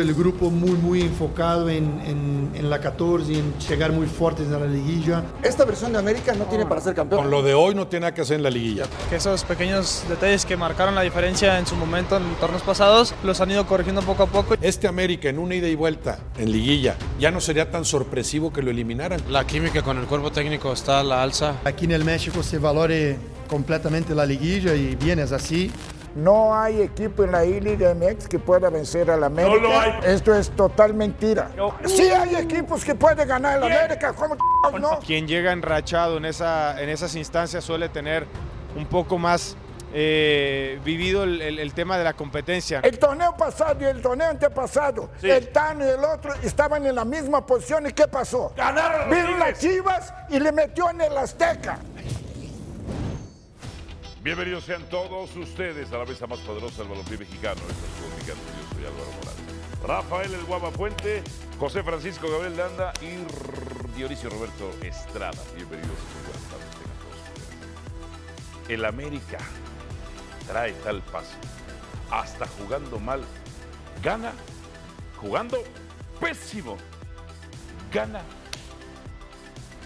el grupo muy, muy enfocado en, en, en, la 14, en llegar muy fuertes a la liguilla. Esta versión de América no Ah. tiene para ser campeón. Con lo de hoy no tiene nada que hacer en la liguilla. Que esos pequeños detalles que marcaron la diferencia en su momento en torneos pasados los han ido corrigiendo poco a poco. Este América en una ida y vuelta en liguilla ya no sería tan sorpresivo que lo eliminaran. La química con el cuerpo técnico está a la alza. Aquí en el México se valore completamente la liguilla y vienes así. No hay equipo en la I-Liga MX que pueda vencer al América. No lo hay. Esto es total mentira. No. Sí hay equipos que pueden ganar al América. ¿Cómo no? Quien llega enrachado en, esa, en esas instancias suele tener un poco más eh, vivido el, el, el, tema de la competencia. El torneo pasado y el torneo antepasado, sí. el Tano y el otro estaban en la misma posición. ¿Y qué pasó? Ganaron. Vieron las chivas y le metió en el Azteca. Bienvenidos sean todos ustedes a la mesa más poderosa del balompié mexicano. Este es el mexicano. Yo soy Álvaro Morales. Rafael El Guapa Puente, José Francisco Gabriel Landa y Dionisio Roberto Estrada. Bienvenidos a todos El América trae tal paso. Hasta jugando mal, gana. Jugando pésimo, gana.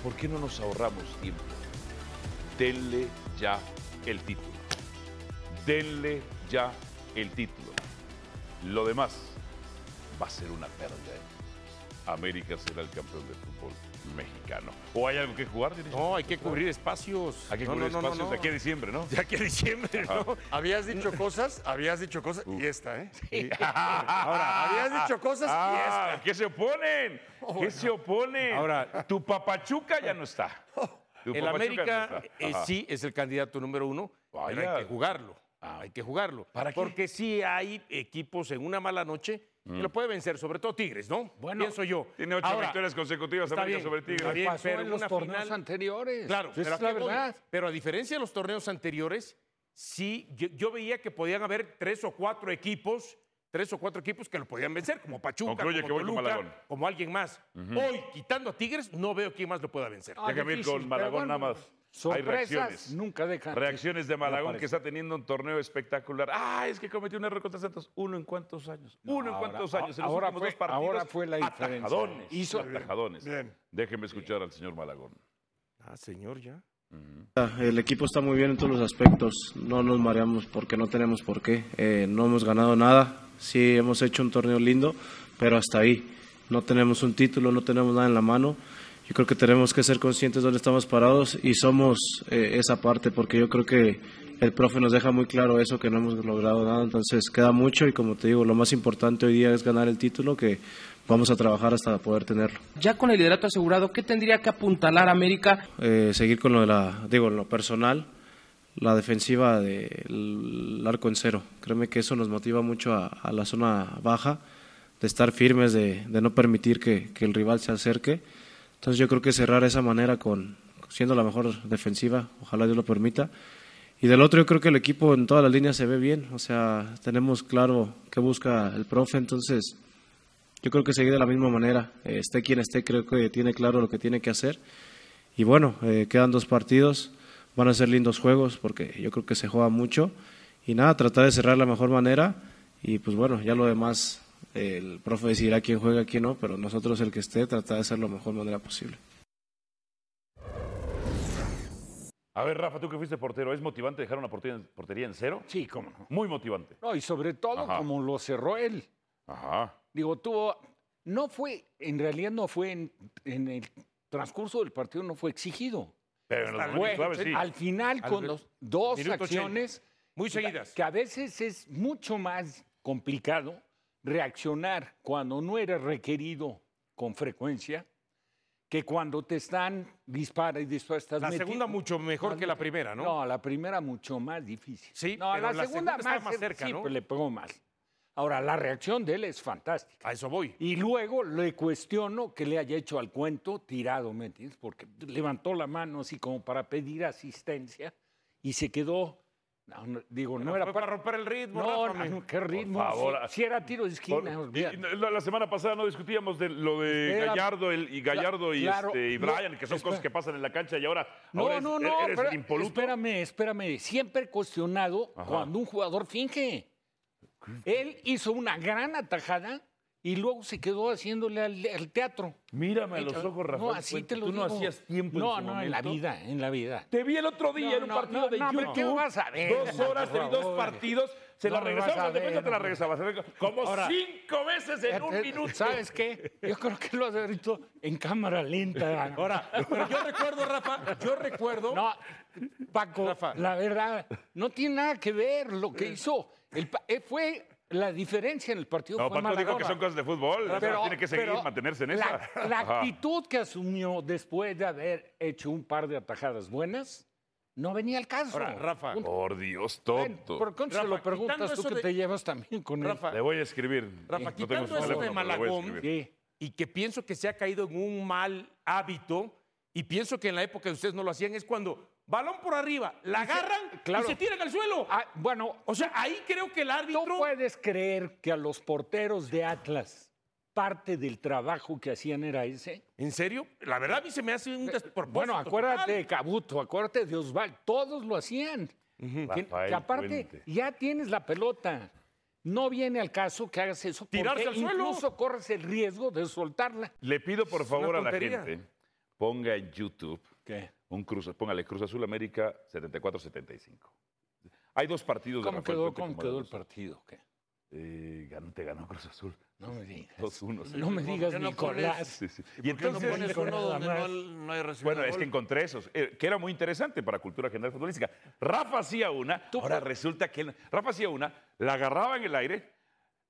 ¿Por qué no nos ahorramos tiempo? Denle ya el título. Denle ya el título. Lo demás va a ser una pérdida. América será el campeón del fútbol mexicano. ¿O hay algo que jugar? Dirías? No, hay que cubrir espacios. Hay que no, cubrir no, no, espacios de aquí a diciembre, ¿no? Ah. De aquí a diciembre, ¿no? Habías dicho cosas, habías dicho cosas uh. y esta, ¿eh? Sí. Ahora, habías dicho cosas y esta. Ah, ¿Qué se oponen? Oh, ¿Qué se oponen? Ahora, tu papachuca ya no está. El América eh, sí es el candidato número uno, Vaya. pero hay que jugarlo. Ah. Hay que jugarlo. ¿Para Porque sí hay equipos en una mala noche mm. que lo puede vencer, sobre todo Tigres, ¿no? Bueno, pienso yo. Tiene ocho Ahora, victorias consecutivas América sobre Tigres. Bien, pasó pero en los torneos final, anteriores. Claro, pero, es la verdad. Voy, pero a diferencia de los torneos anteriores, sí, yo, yo veía que podían haber tres o cuatro equipos tres o cuatro equipos que lo podían vencer, como Pachuca, Concluye como que Toluca, con como alguien más. Uh -huh. Hoy, quitando a Tigres, no veo quién más lo pueda vencer. Ah, Déjame difícil, ir con Malagón bueno, nada más. Sorpresas Hay reacciones. Nunca dejan. Reacciones de Malagón que está teniendo un torneo espectacular. Ah, es que cometió un error contra Santos. ¿Uno en cuántos años? No, ¿Uno en ahora, cuántos años? En ahora, los fue, dos partidos, ahora fue la diferencia. Atajadones. Hizo atajadones. Bien, bien. Déjeme escuchar bien. al señor Malagón. Ah, señor, ya. El equipo está muy bien en todos los aspectos, no nos mareamos porque no tenemos por qué, eh, no hemos ganado nada, sí hemos hecho un torneo lindo, pero hasta ahí, no tenemos un título, no tenemos nada en la mano, yo creo que tenemos que ser conscientes de dónde estamos parados y somos eh, esa parte porque yo creo que el profe nos deja muy claro eso, que no hemos logrado nada, entonces queda mucho y como te digo, lo más importante hoy día es ganar el título que vamos a trabajar hasta poder tenerlo. Ya con el liderato asegurado, ¿qué tendría que apuntalar América? Eh, seguir con lo de la, digo, lo personal, la defensiva del de arco en cero. Créeme que eso nos motiva mucho a, a la zona baja, de estar firmes, de, de no permitir que, que, el rival se acerque. Entonces yo creo que cerrar esa manera con siendo la mejor defensiva, ojalá Dios lo permita. Y del otro yo creo que el equipo en todas las líneas se ve bien, o sea, tenemos claro qué busca el profe, entonces yo creo que seguir de la misma manera. eh, esté quien esté, creo que tiene claro lo que tiene que hacer. Y bueno, eh, quedan dos partidos, van a ser lindos juegos porque yo creo que se juega mucho. Y nada, tratar de cerrar de la mejor manera. Y pues bueno, ya lo demás, eh, el profe decidirá quién juega, quién no, pero nosotros el que esté, tratar de hacerlo de la mejor manera posible. A ver, Rafa, tú que fuiste portero, ¿es motivante dejar una portería en, cero? Sí, cómo no. Muy motivante. No, y sobre todo Ajá. como lo cerró él. Ajá. Digo, tuvo. No fue, en realidad no fue en, en, el transcurso del partido, no fue exigido. Pero en los fue, clave, sí. Al final, al, con los, dos acciones. 80. Muy seguidas. Que a veces es mucho más complicado reaccionar cuando no eres requerido con frecuencia que cuando te están dispara y dispara. Estás la metido. segunda mucho mejor la, que la primera, ¿no? No, la primera mucho más difícil. Sí, no, pero la, segunda, la segunda más, más cerca, sí, ¿no? le pegó más Ahora, la reacción de él es fantástica. A eso voy. Y luego le cuestiono que le haya hecho al cuento tirado, ¿me entiendes? Porque levantó la mano así como para pedir asistencia y se quedó. no, no, digo, no, Pero era fue para romper el ritmo, No, Rafa, no, me- qué Por ritmo. favor. si, si era tiro de Por- esquina. y- olvídate. y la, la semana pasada no discutíamos de lo de Espera. Gallardo el- y Gallardo y, Claro, este, y no, Brian, que son cosas que pasan en la cancha y ahora, No, ahora es- no, eres, no, el espera- impoluto. espérame, espérame. Siempre cuestionado Ajá. cuando un jugador finge. Él hizo una gran atajada y luego se quedó haciéndole al, al teatro. Mírame a los ojos, Rafael No, así Puente, te lo tú no digo. hacías tiempo en No, su no, en la momento. vida, en la vida. Te vi el otro día No, en un no, partido no, de no, pero YouTube. ¿qué vas a ver? Dos No, horas por y dos favor. partidos. Se No la me vas regresabas, a la defensa ver, te la no. regresabas. Como Ahora- cinco veces en un Eh, eh, minuto. ¿Sabes qué? Yo creo que lo has visto en cámara lenta. Ahora, pero yo recuerdo, Rafa, yo recuerdo. No, Paco, la verdad, no tiene nada que ver lo que hizo. El pa- eh, fue la diferencia en el partido. No, fue Paco dijo que Maradona. son cosas de fútbol. eso Pero- tiene que seguir, pero mantenerse en la- esa. La Ajá. actitud que asumió después de haber hecho un par de atajadas buenas no venía al caso. Ahora, Rafa. Un- Por Dios, Bueno, tonto. ¿Por qué no se Rafa, lo preguntas quitando tú eso que de- te llevas también con él? Rafa, Le voy a escribir. Rafa, No tengo su quitando eso de teléfono, pero le voy a Malagón escribir. y que pienso que se ha caído en un mal hábito y pienso que en la época de ustedes no lo hacían es cuando balón por arriba, la Y se- agarran claro. y Ah. se tiran al suelo. bueno, o sea, ahí creo que el árbitro ¿Tú puedes creer que a los porteros de Atlas parte del trabajo que hacían era ese? ¿En serio? La verdad a mí se me hace un despropósito. Eh, Bueno, acuérdate total. de Cabuto, acuérdate de Osval, todos lo hacían. Que, Rafael que aparte, Puente. ya tienes la pelota. No viene al caso que hagas eso. porque Tirarse al suelo. Incluso corres el riesgo de soltarla. Le pido por favor a la tontería. gente, ponga en YouTube un Cruz, póngale Cruz Azul América 74-75. Hay dos partidos ¿Cómo de Rafael quedó, Puente cómo como quedó el datos. partido? ¿Qué? Eh, ganó, te ganó Cruz Azul. No me digas. 2-1. No me digas, ¿Por qué no Nicolás. pones- Sí, sí. ¿Y Y por qué no entonces, pones uno donde no- no hay recibido Bueno, es gol? que encontré esos, eh, que era muy interesante para cultura general futbolística. Rafa hacía una, ahora resulta que él- Rafa hacía una, la agarraba en el aire,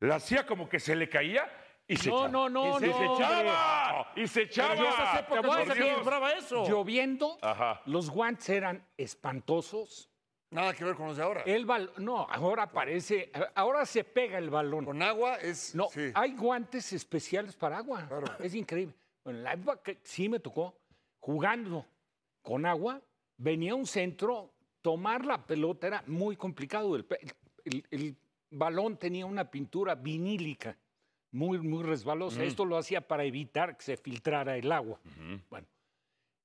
la hacía como que se le caía y se No, echaba. no, no, y se, no, se echaba. hombre. Y se echaba. Pero yo esas Te épocas voy a no se decir, compraba eso. Lloviendo, Ajá. los guantes eran espantosos. Nada que ver con los de ahora. El balón, no, ahora parece, ahora se pega el balón. Con agua es. No, sí. hay guantes especiales para agua. Es increíble. Bueno, en la época que sí me tocó, jugando con agua, venía un centro, tomar la pelota era muy complicado. El, pe- el- el balón tenía una pintura vinílica, muy, muy resbalosa. Mm. Esto lo hacía para evitar que se filtrara el agua. Bueno,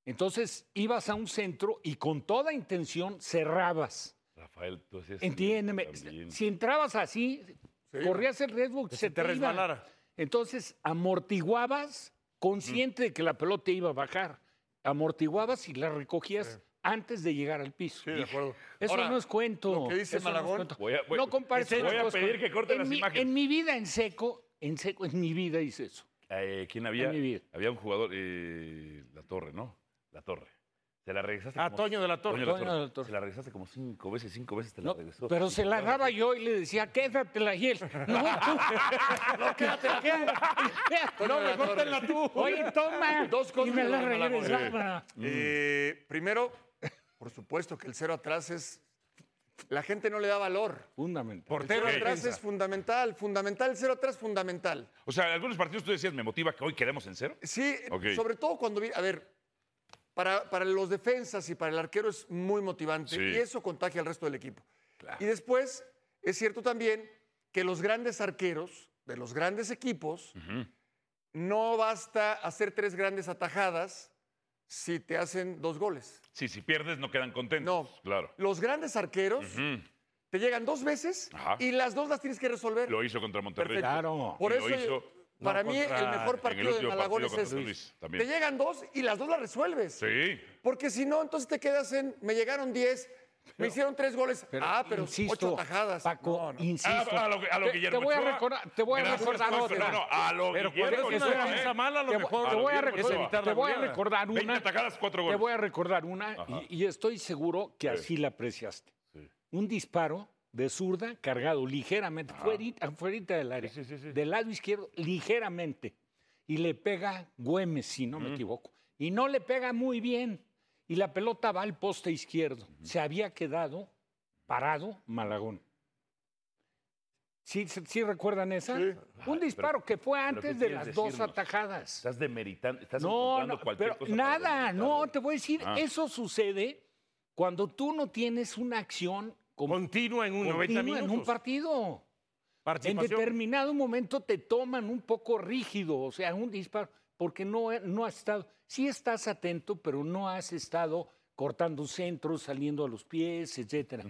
entonces ibas a un centro y con toda intención cerrabas. Rafael, tú hacías Entiéndeme, también. si entrabas así, corrías el riesgo que se te te, iba. resbalara. Entonces, amortiguabas consciente de que la pelota iba a bajar. Amortiguabas y la recogías antes de llegar al piso. de acuerdo. Eso Ahora, no es cuento. lo que dice eso no es Malagón- cuento. Voy a- voy- no compares voy las a cosas pedir con- que corten en las mi- imágenes. En mi vida en seco, en seco, en mi vida hice eso. Eh, ¿Quién había? En mi vida. Había un jugador, eh, La Torre, ¿no? La Torre. Se la regresaste. Ah, como- Toño de la Torre. Toño de la Toño Torre. de Se la regresaste como cinco veces, cinco veces te la regresó. Pero se la daba yo y le decía, quédatela, y él, no, tú. no, quédatela, quédatela. Toño de la Torre. Oye, toma. Dos cosas y me de la Don Malagón. regresaba. Eh, primero, por supuesto que el cero atrás es. La gente no le da valor. Fundamental. El cero Ok. atrás es fundamental, fundamental, el cero atrás fundamental. O sea, algunos partidos tú decías, me motiva que hoy quedemos en cero. Sí, Ok. sobre todo cuando vi, a ver, para, para los defensas y para el arquero es muy motivante Sí. y eso contagia al resto del equipo. Y después, es cierto también que los grandes arqueros de los grandes equipos no basta hacer tres grandes atajadas si te hacen dos goles. Sí, si pierdes no quedan contentos. No. Claro. Los grandes arqueros Ujú. te llegan dos veces Ajá. y las dos las tienes que resolver. Lo hizo contra Monterrey. Perfecto. Por Y eso, lo hizo. para mí, el mejor en el partido de último Malagón partido es contra San ese. Luis, Te también. llegan dos y las dos las resuelves. Sí. Porque si no, entonces te quedas en. Me llegaron 10, me hicieron tres goles. ah, pero ocho tajadas. Paco, insisto. Ah, a lo que- a lo Te- te, Guillermo voy a Ochoa. recordar, te voy a Gracias, recordar Paco. otra. No, no, a lo Pero Guillermo cuando es Ochoa, una ¿eh? defensa mala, a lo Te mejor- voy- te voy a Guillermo recordar- Ochoa. te voy a recordar Veinte una. atajadas, cuatro Te goles. voy a recordar una Ajá. y, y estoy seguro que Sí. así la apreciaste. Sí. Un disparo de zurda cargado ligeramente, fuerita, fuerita del área, del lado izquierdo, ligeramente. Y le pega Güemes, si no me equivoco. Y no le pega muy bien. Y la pelota va al poste izquierdo. Se había quedado parado Malagón. ¿Sí, sí recuerdan esa? Un pero- disparo que fue ¿Pero qué antes de quieres las dos decirnos? atajadas. Estás demeritando, estás No, encontrando no, cualquier pero cosa. para nada, no, te voy a decir, Ah. eso sucede cuando tú no tienes una acción continua en un 90 continua en un minutos. partido. En Participación. determinado momento te toman un poco rígido, o sea, un disparo, porque no, he- no has estado, sí estás atento, pero no has estado cortando centros, saliendo a los pies, etcétera.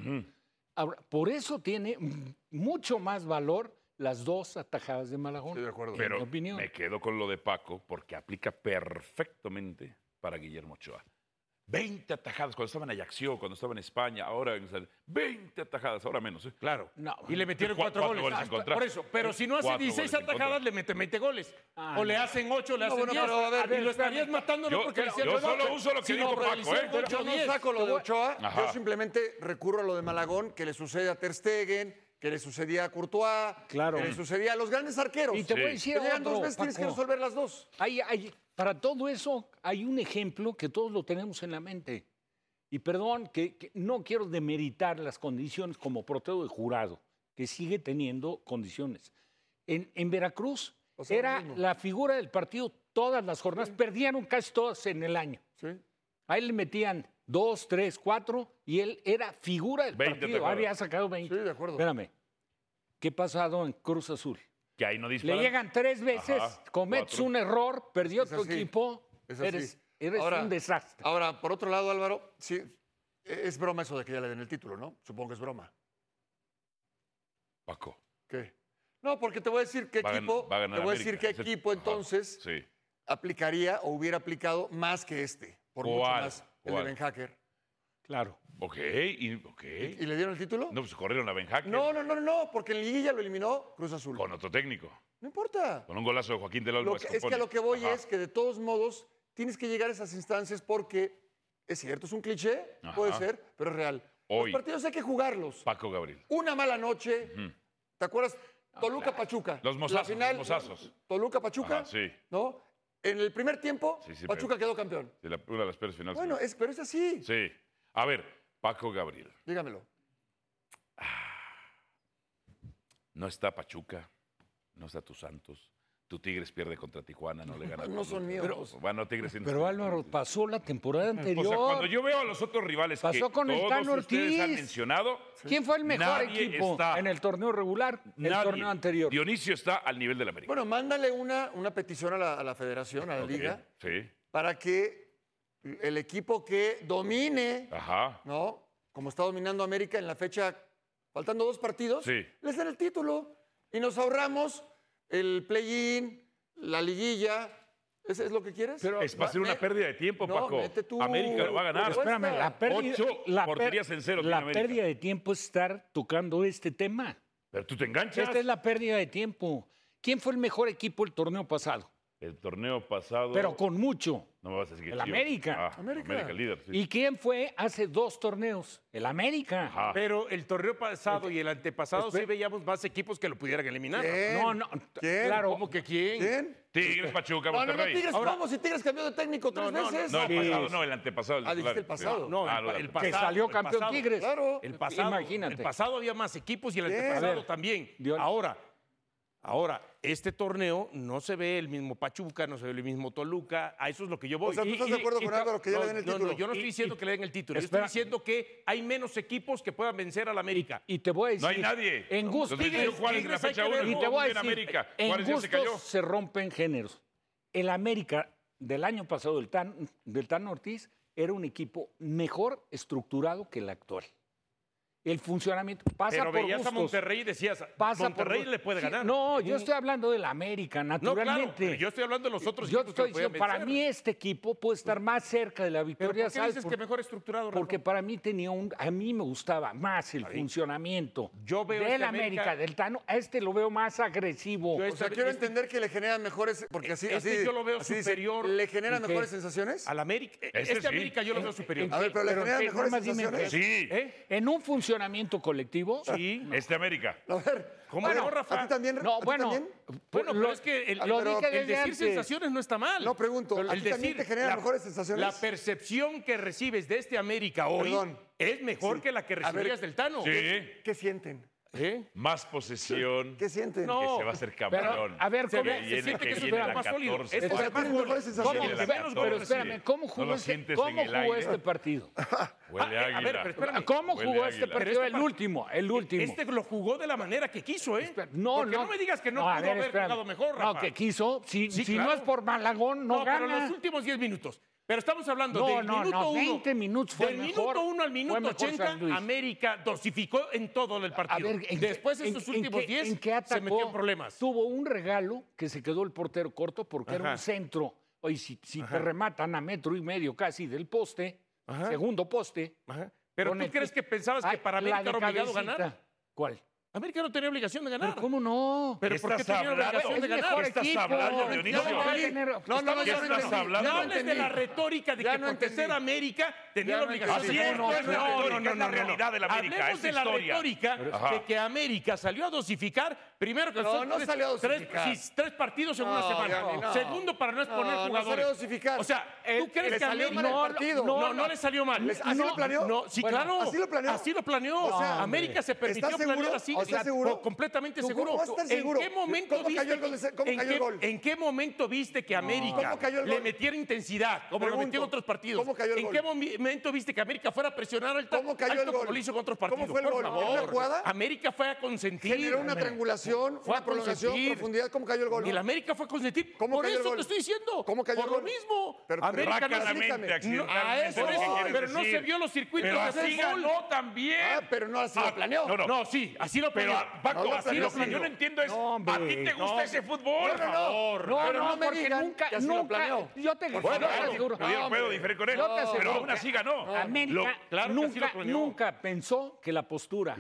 Ahora, por eso tiene m- mucho más valor las dos atajadas de Malagón. Estoy de acuerdo. Pero me quedo con lo de Paco porque aplica perfectamente para Guillermo Ochoa. 20 atajadas cuando estaba en Ajaccio, cuando estaba en España, ahora en San- 20 atajadas, ahora menos. ¿eh? Claro. No. Y le metieron Cu- cuatro, goles. en contra. Por eso, pero si no hace Cuatro 16 goles en contra. atajadas, le mete 20 goles. Ah, o le no. hacen 8, le No, hacen bueno, 10. pero, a ver, y lo estarías espérame. matando no Yo- porque le yo hicieron solo ocho, uso lo que sino dijo porque le Paco, hicieron ¿eh? ocho, Pero Yo no diez. saco lo Te de voy- Ochoa, Ajá. yo simplemente recurro a lo de Malagón, que le sucede a Ter Stegen, que le sucedía a Courtois, Claro. que le sucedía a los grandes arqueros. Y te voy a decir Te llegan otro, dos veces, tienes que Paco. resolver las dos. Hay- hay- para todo eso hay un ejemplo que todos lo tenemos en la mente. Y perdón, que, que no quiero demeritar las condiciones como proteo de jurado, que sigue teniendo condiciones. En, en Veracruz sea, lo era mismo. la figura del partido todas las jornadas, perdieron casi todas en el año. A él le metían dos, tres, cuatro, y él era figura del 20 partido, atajadas. había sacado 20. Sí, de acuerdo. Espérame, ¿qué ha pasado en Cruz Azul? Que ahí no Le disparan. llegan tres veces, Ajá, cometes cuatro. un error, perdió Es tu así. equipo, Es así. eres, eres Ahora- un desastre. Ahora, por otro lado, Álvaro, sí, e-, es broma eso de que ya le den el título, ¿no? Supongo que es broma. Paco. ¿Qué? No, porque te voy a decir qué Va a gan- equipo, va a ganar te voy a América. decir qué Ese- equipo ajá, entonces Sí. aplicaría o hubiera aplicado más que este, por mucho ¿Cuál? más, el de ¿Cuál? Ben Hacker. Claro. Ok, y, ok. ¿Y le dieron el título? No, pues corrieron a Ben Hacker No, no, no, no, no, porque en Liguilla lo eliminó Cruz Azul. con otro técnico. No importa. Con un golazo de Joaquín del Olmo. Lo que- es que a lo que voy es que de todos modos tienes que llegar a esas instancias porque es cierto, es un cliché, Ajá. puede ser, pero es real. Hoy. Los partidos hay que jugarlos. Paco Gabriel. Una mala noche, Ujú. Ah, ¿te acuerdas? Toluca Pachuca. Los mozazos, La final, los mozazos. Toluca Pachuca, Ajá, sí. ¿no? En el primer tiempo, Sí, sí, Pachuca pero- pues quedó campeón. De la- una de las peores finales. Bueno, es, pero es así. Sí. A ver, Paco Gabriel. Dígamelo. No está Pachuca, no está tu Santos. Tu Tigres pierde contra Tijuana, no le gana. a No son Toluca. míos. Pero- bueno, Tigres sí no Pero Álvaro pasó la temporada anterior. Pues, O sea, cuando yo veo a los otros rivales Pasó que con el todos Tano ustedes han Ortiz. mencionado, ¿Quién fue el mejor nadie equipo está, en el torneo regular? El nadie. torneo anterior. Dionisio está al nivel del América. Bueno, mándale una, una petición a la, a la federación, a la Ok, liga, Sí. para que el equipo que domine Ajá. ¿no? Como está dominando América en la fecha, faltando dos partidos, Sí. les dan el título y nos ahorramos el play-in, la liguilla. ¿Ese es lo que quieres? es para hacer una Me- pérdida de tiempo, No, Paco. mete tú- América lo va a ganar. Pero Espérame, la pérdida, Ocho la per- porterías en cero. tiene la América. pérdida de tiempo es estar tocando este tema. Pero tú te enganchas. Esta Este es la pérdida de tiempo. ¿Quién fue el mejor equipo el torneo pasado? El torneo pasado. Oh. Pero con mucho. No me vas a decir que El Chivas. América. Ah, América. líder. sí. ¿Y quién fue hace dos torneos? El América. Ajá. Pero el torneo pasado y el antepasado Espe- sí veíamos más equipos que lo pudieran eliminar. ¿Quién? No, no. ¿Quién? Claro. ¿Cómo que quién? ¿Quién? Tigres, Pachuca, No, no, no, Monterrey. Ah, Tigres, Ahora- vamos, si Tigres cambió de técnico No, tres no, no, veces. No, el pasado, Sí. no, el antepasado. Ah, dijiste solar. el pasado. No, Ah, el, lo pa- del- el pasado. Que salió el campeón pasado. Tigres. Claro. El pasado. Imagínate. El pasado había más equipos y el Bien. antepasado A ver, también. Dion- Ahora, ahora, este torneo no se ve el mismo Pachuca, no se ve el mismo Toluca. A eso es lo que yo voy. O sea, ¿tú Y- estás y- de acuerdo y- con Álvaro que ya no, le den el no, título? No, yo no estoy Y- diciendo y- que le den el título. Espera. Yo estoy diciendo que hay menos equipos que puedan vencer al América. Y te voy a decir. No hay nadie. En gusto. Los Tigres, Juárez en la Tigres hay fecha que 1. verlo. Y te voy a decir, América. en Juárez ya gustos se se, cayó. rompen géneros. El América del año pasado del Tan, del Tan Ortiz era un equipo mejor estructurado que el actual. El funcionamiento pasa Pero por veías gustos. a Monterrey y decías, Pasa por Monterrey gustos. le puede Sí, ganar. No, yo estoy hablando del América, No, claro, naturalmente. pero yo estoy hablando de los otros Yo equipos que estoy lo podían diciendo, para vencer. Pues, mí este equipo puede estar más cerca de la ¿Pero por victoria. qué ¿sabes? dices Por- que mejor estructurado, Rafa? porque para mí tenía un, a mí me gustaba más el funcionamiento Yo veo del este América, América- del Tano. A este lo veo más agresivo. Yo O sea, este- quiero este- entender que le generan mejores. Porque así. Este así- yo lo veo así dice, superior. ¿Le generan ¿En qué? mejores sensaciones? Al América. Ese este sí. América yo lo veo superior. ¿En A ver, qué? pero le generan ¿en qué? mejores Nada más dime en qué. sensaciones. Sí, ¿Eh? En un funcionamiento colectivo. Sí. este América. A ver. ¿Cómo a ver, no, Rafa? ¿A ti también? ¿A No, ti bueno. pues, también? Bueno, lo- pero es que el, lo pero dije el desde decir antes. sensaciones no está mal. No, pregunto, Pero ¿a ti también te generan mejores sensaciones? La percepción que recibes de este América hoy Perdón. es mejor que la que A ver, recibías del Tano. Sí. ¿Qué sienten? Más posesión. ¿Qué sienten? que se va a hacer campeón. a ver, que ¿cómo viene- se siente que que eso viene era la más sólido? 14. Es- ¿Cómo- es- ¿cómo- cómo- ¿cuál es esa cómo- sensación? Menos, Pero espérame, ¿cómo jugó no lo ese- sientes cómo en el jugó aire. este partido? Huele Ah, a a ver, águila. pero espérame. ¿Cómo Huele jugó a este águila. partido? el último, el último. Este lo jugó de la manera que quiso, ¿eh? No, Porque no me digas que no pudo haber jugado mejor, No, Rafa. que quiso. Si, Sí, si claro. no es por Malagón, no, No, pero gana. los últimos 10 minutos. Pero estamos hablando No, del no, minuto no, 1. 20 minutos fue Del mejor. minuto 1 al Fue minuto mejor San 80, Luis. América dosificó en todo el partido. A ver, ¿en qué- Después, en- estos en últimos qué- 10, en qué se atacó? metió en problemas. Tuvo un regalo que se quedó el portero corto porque era Ajá. un centro. Oye, si, si Ajá. te rematan a metro y medio casi del poste, segundo poste. Pero con ¿tú el- crees que pensabas que Ay, para la América de era obligado cabecita. ganar? ¿Cuál? América no tenía obligación de ganar. ¿Cómo no? ¿Pero por qué tenía obligación de Es ganar? mejor equipo. No, no, no, no, No, no, no, ya no, no, no, No no, hables de la retórica de Ya que no por entendí. ser América tenía Ya la no obligación entendí. de Ah, cierto, ganar. es la retórica, es la realidad de la América, Hablemos es de la historia. retórica Ajá. de que América salió a dosificar, primero que No, nosotros, no salió a dosificar. Tres, sí, tres partidos en una No, semana. Dani, no. Segundo, para no exponer No, no jugadores. salió a dosificar. O sea, ¿tú Él- crees que le salió América... mal el no, partido. No, no, No, no. le salió mal. ¿Les- así lo planeó? No, sí, Bueno, claro. ¿así lo planeó? Así lo planeó. O sea, América se ¿estás permitió seguro? planear así. ¿O estás la- seguro? Completamente ¿Tú cómo seguro. estás seguro? ¿En qué momento ¿Cómo cayó viste el gol de- que- cómo en cayó el qué- gol? ¿En qué momento viste que América ¿Cómo cayó el le gol? metiera intensidad, como lo Pregunto, metió en otros partidos? ¿cómo cayó el ¿En gol? qué momento viste que América fuera a presionar al ¿Cómo cayó el alto como gol? lo hizo con otros ¿Cómo partidos? fue el Por gol? ¿En una favor. jugada? América fue a consentir. Generó una hombre. triangulación, Fue a una prolongación, consentir. profundidad. ¿Cómo cayó el gol? Y la América fue a consentir. ¿Cómo Por cayó el eso gol? te estoy diciendo. ¿Cómo cayó Por el lo gol? mismo. Pero- pero América no- rácanamente, no- accidentalmente, A eso, es lo que eso, quieres pero no decir. se vio los circuitos Pero de así hacer gol. ganó también. Ah, pero no así lo planeó. No, no. No, sí, así lo Pero, planeó. Paco, No, así lo que yo planeó. no entiendo es, ¿a ti te gusta no. ese fútbol? No, no, no. Por favor. No, Pero no, me porque digan nunca, que así lo nunca. planeó. Yo te, Por yo te favor, aseguro. no, yo no No, puedo hombre. diferir con él. Yo te Pero aseguro aún así ganó. que América Lo- claro que así nunca, lo planeó. nunca pensó que la postura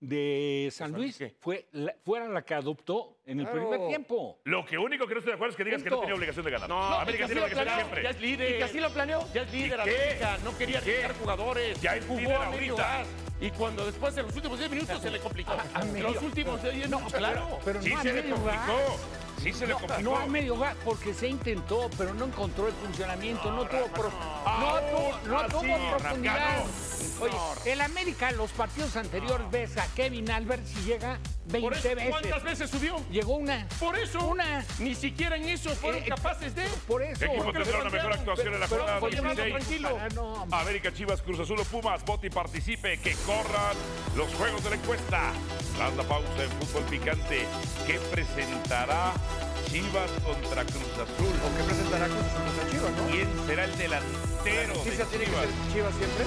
de San Luis fue la- fuera la que adoptó en el Claro. primer tiempo. Lo que único que no estoy de acuerdo es que digas que no Punto. tenía obligación de ganar. No, América y que tiene así lo obligación planeó, siempre. Ya es líder. ¿Y que así lo planeó? Ya es líder ¿Y qué? América. No quería ¿Y qué? sacar jugadores. Ya es jugó líder a medio ahorita. gas. Y cuando después, en los últimos 10 minutos, se le complicó. En los últimos 10 minutos, claro. Pero Sí no a se le medio gas. complicó. Sí se le No, complicó. no a medio gas, porque se intentó, pero no encontró el funcionamiento, no, tuvo, pro- no Ah, Aún tuvo- no así, tuvo Rascano. profundidad. Oye, No. el América, los partidos Ah. anteriores, ves a Kevin Albert si llega 20 Por eso, veces. ¿Cuántas veces subió? Llegó una. Por eso. Una. Ni siquiera en eso fueron Eh, eh, capaces de. Por eso. ¿Qué equipo tendrá una mejor actuación en la Pero- jornada pero- pero- 16? tranquilo. Ah, No, América, Chivas, Cruz Azul o Pumas, Boti participe, que corran los juegos de la encuesta. Tras la pausa en fútbol picante, ¿qué presentará Chivas contra Cruz Azul? ¿O qué presentará Cruz Azul contra Chivas, no? ¿Quién será el delantero de ¿Justicia tiene que Chivas? ser Chivas siempre?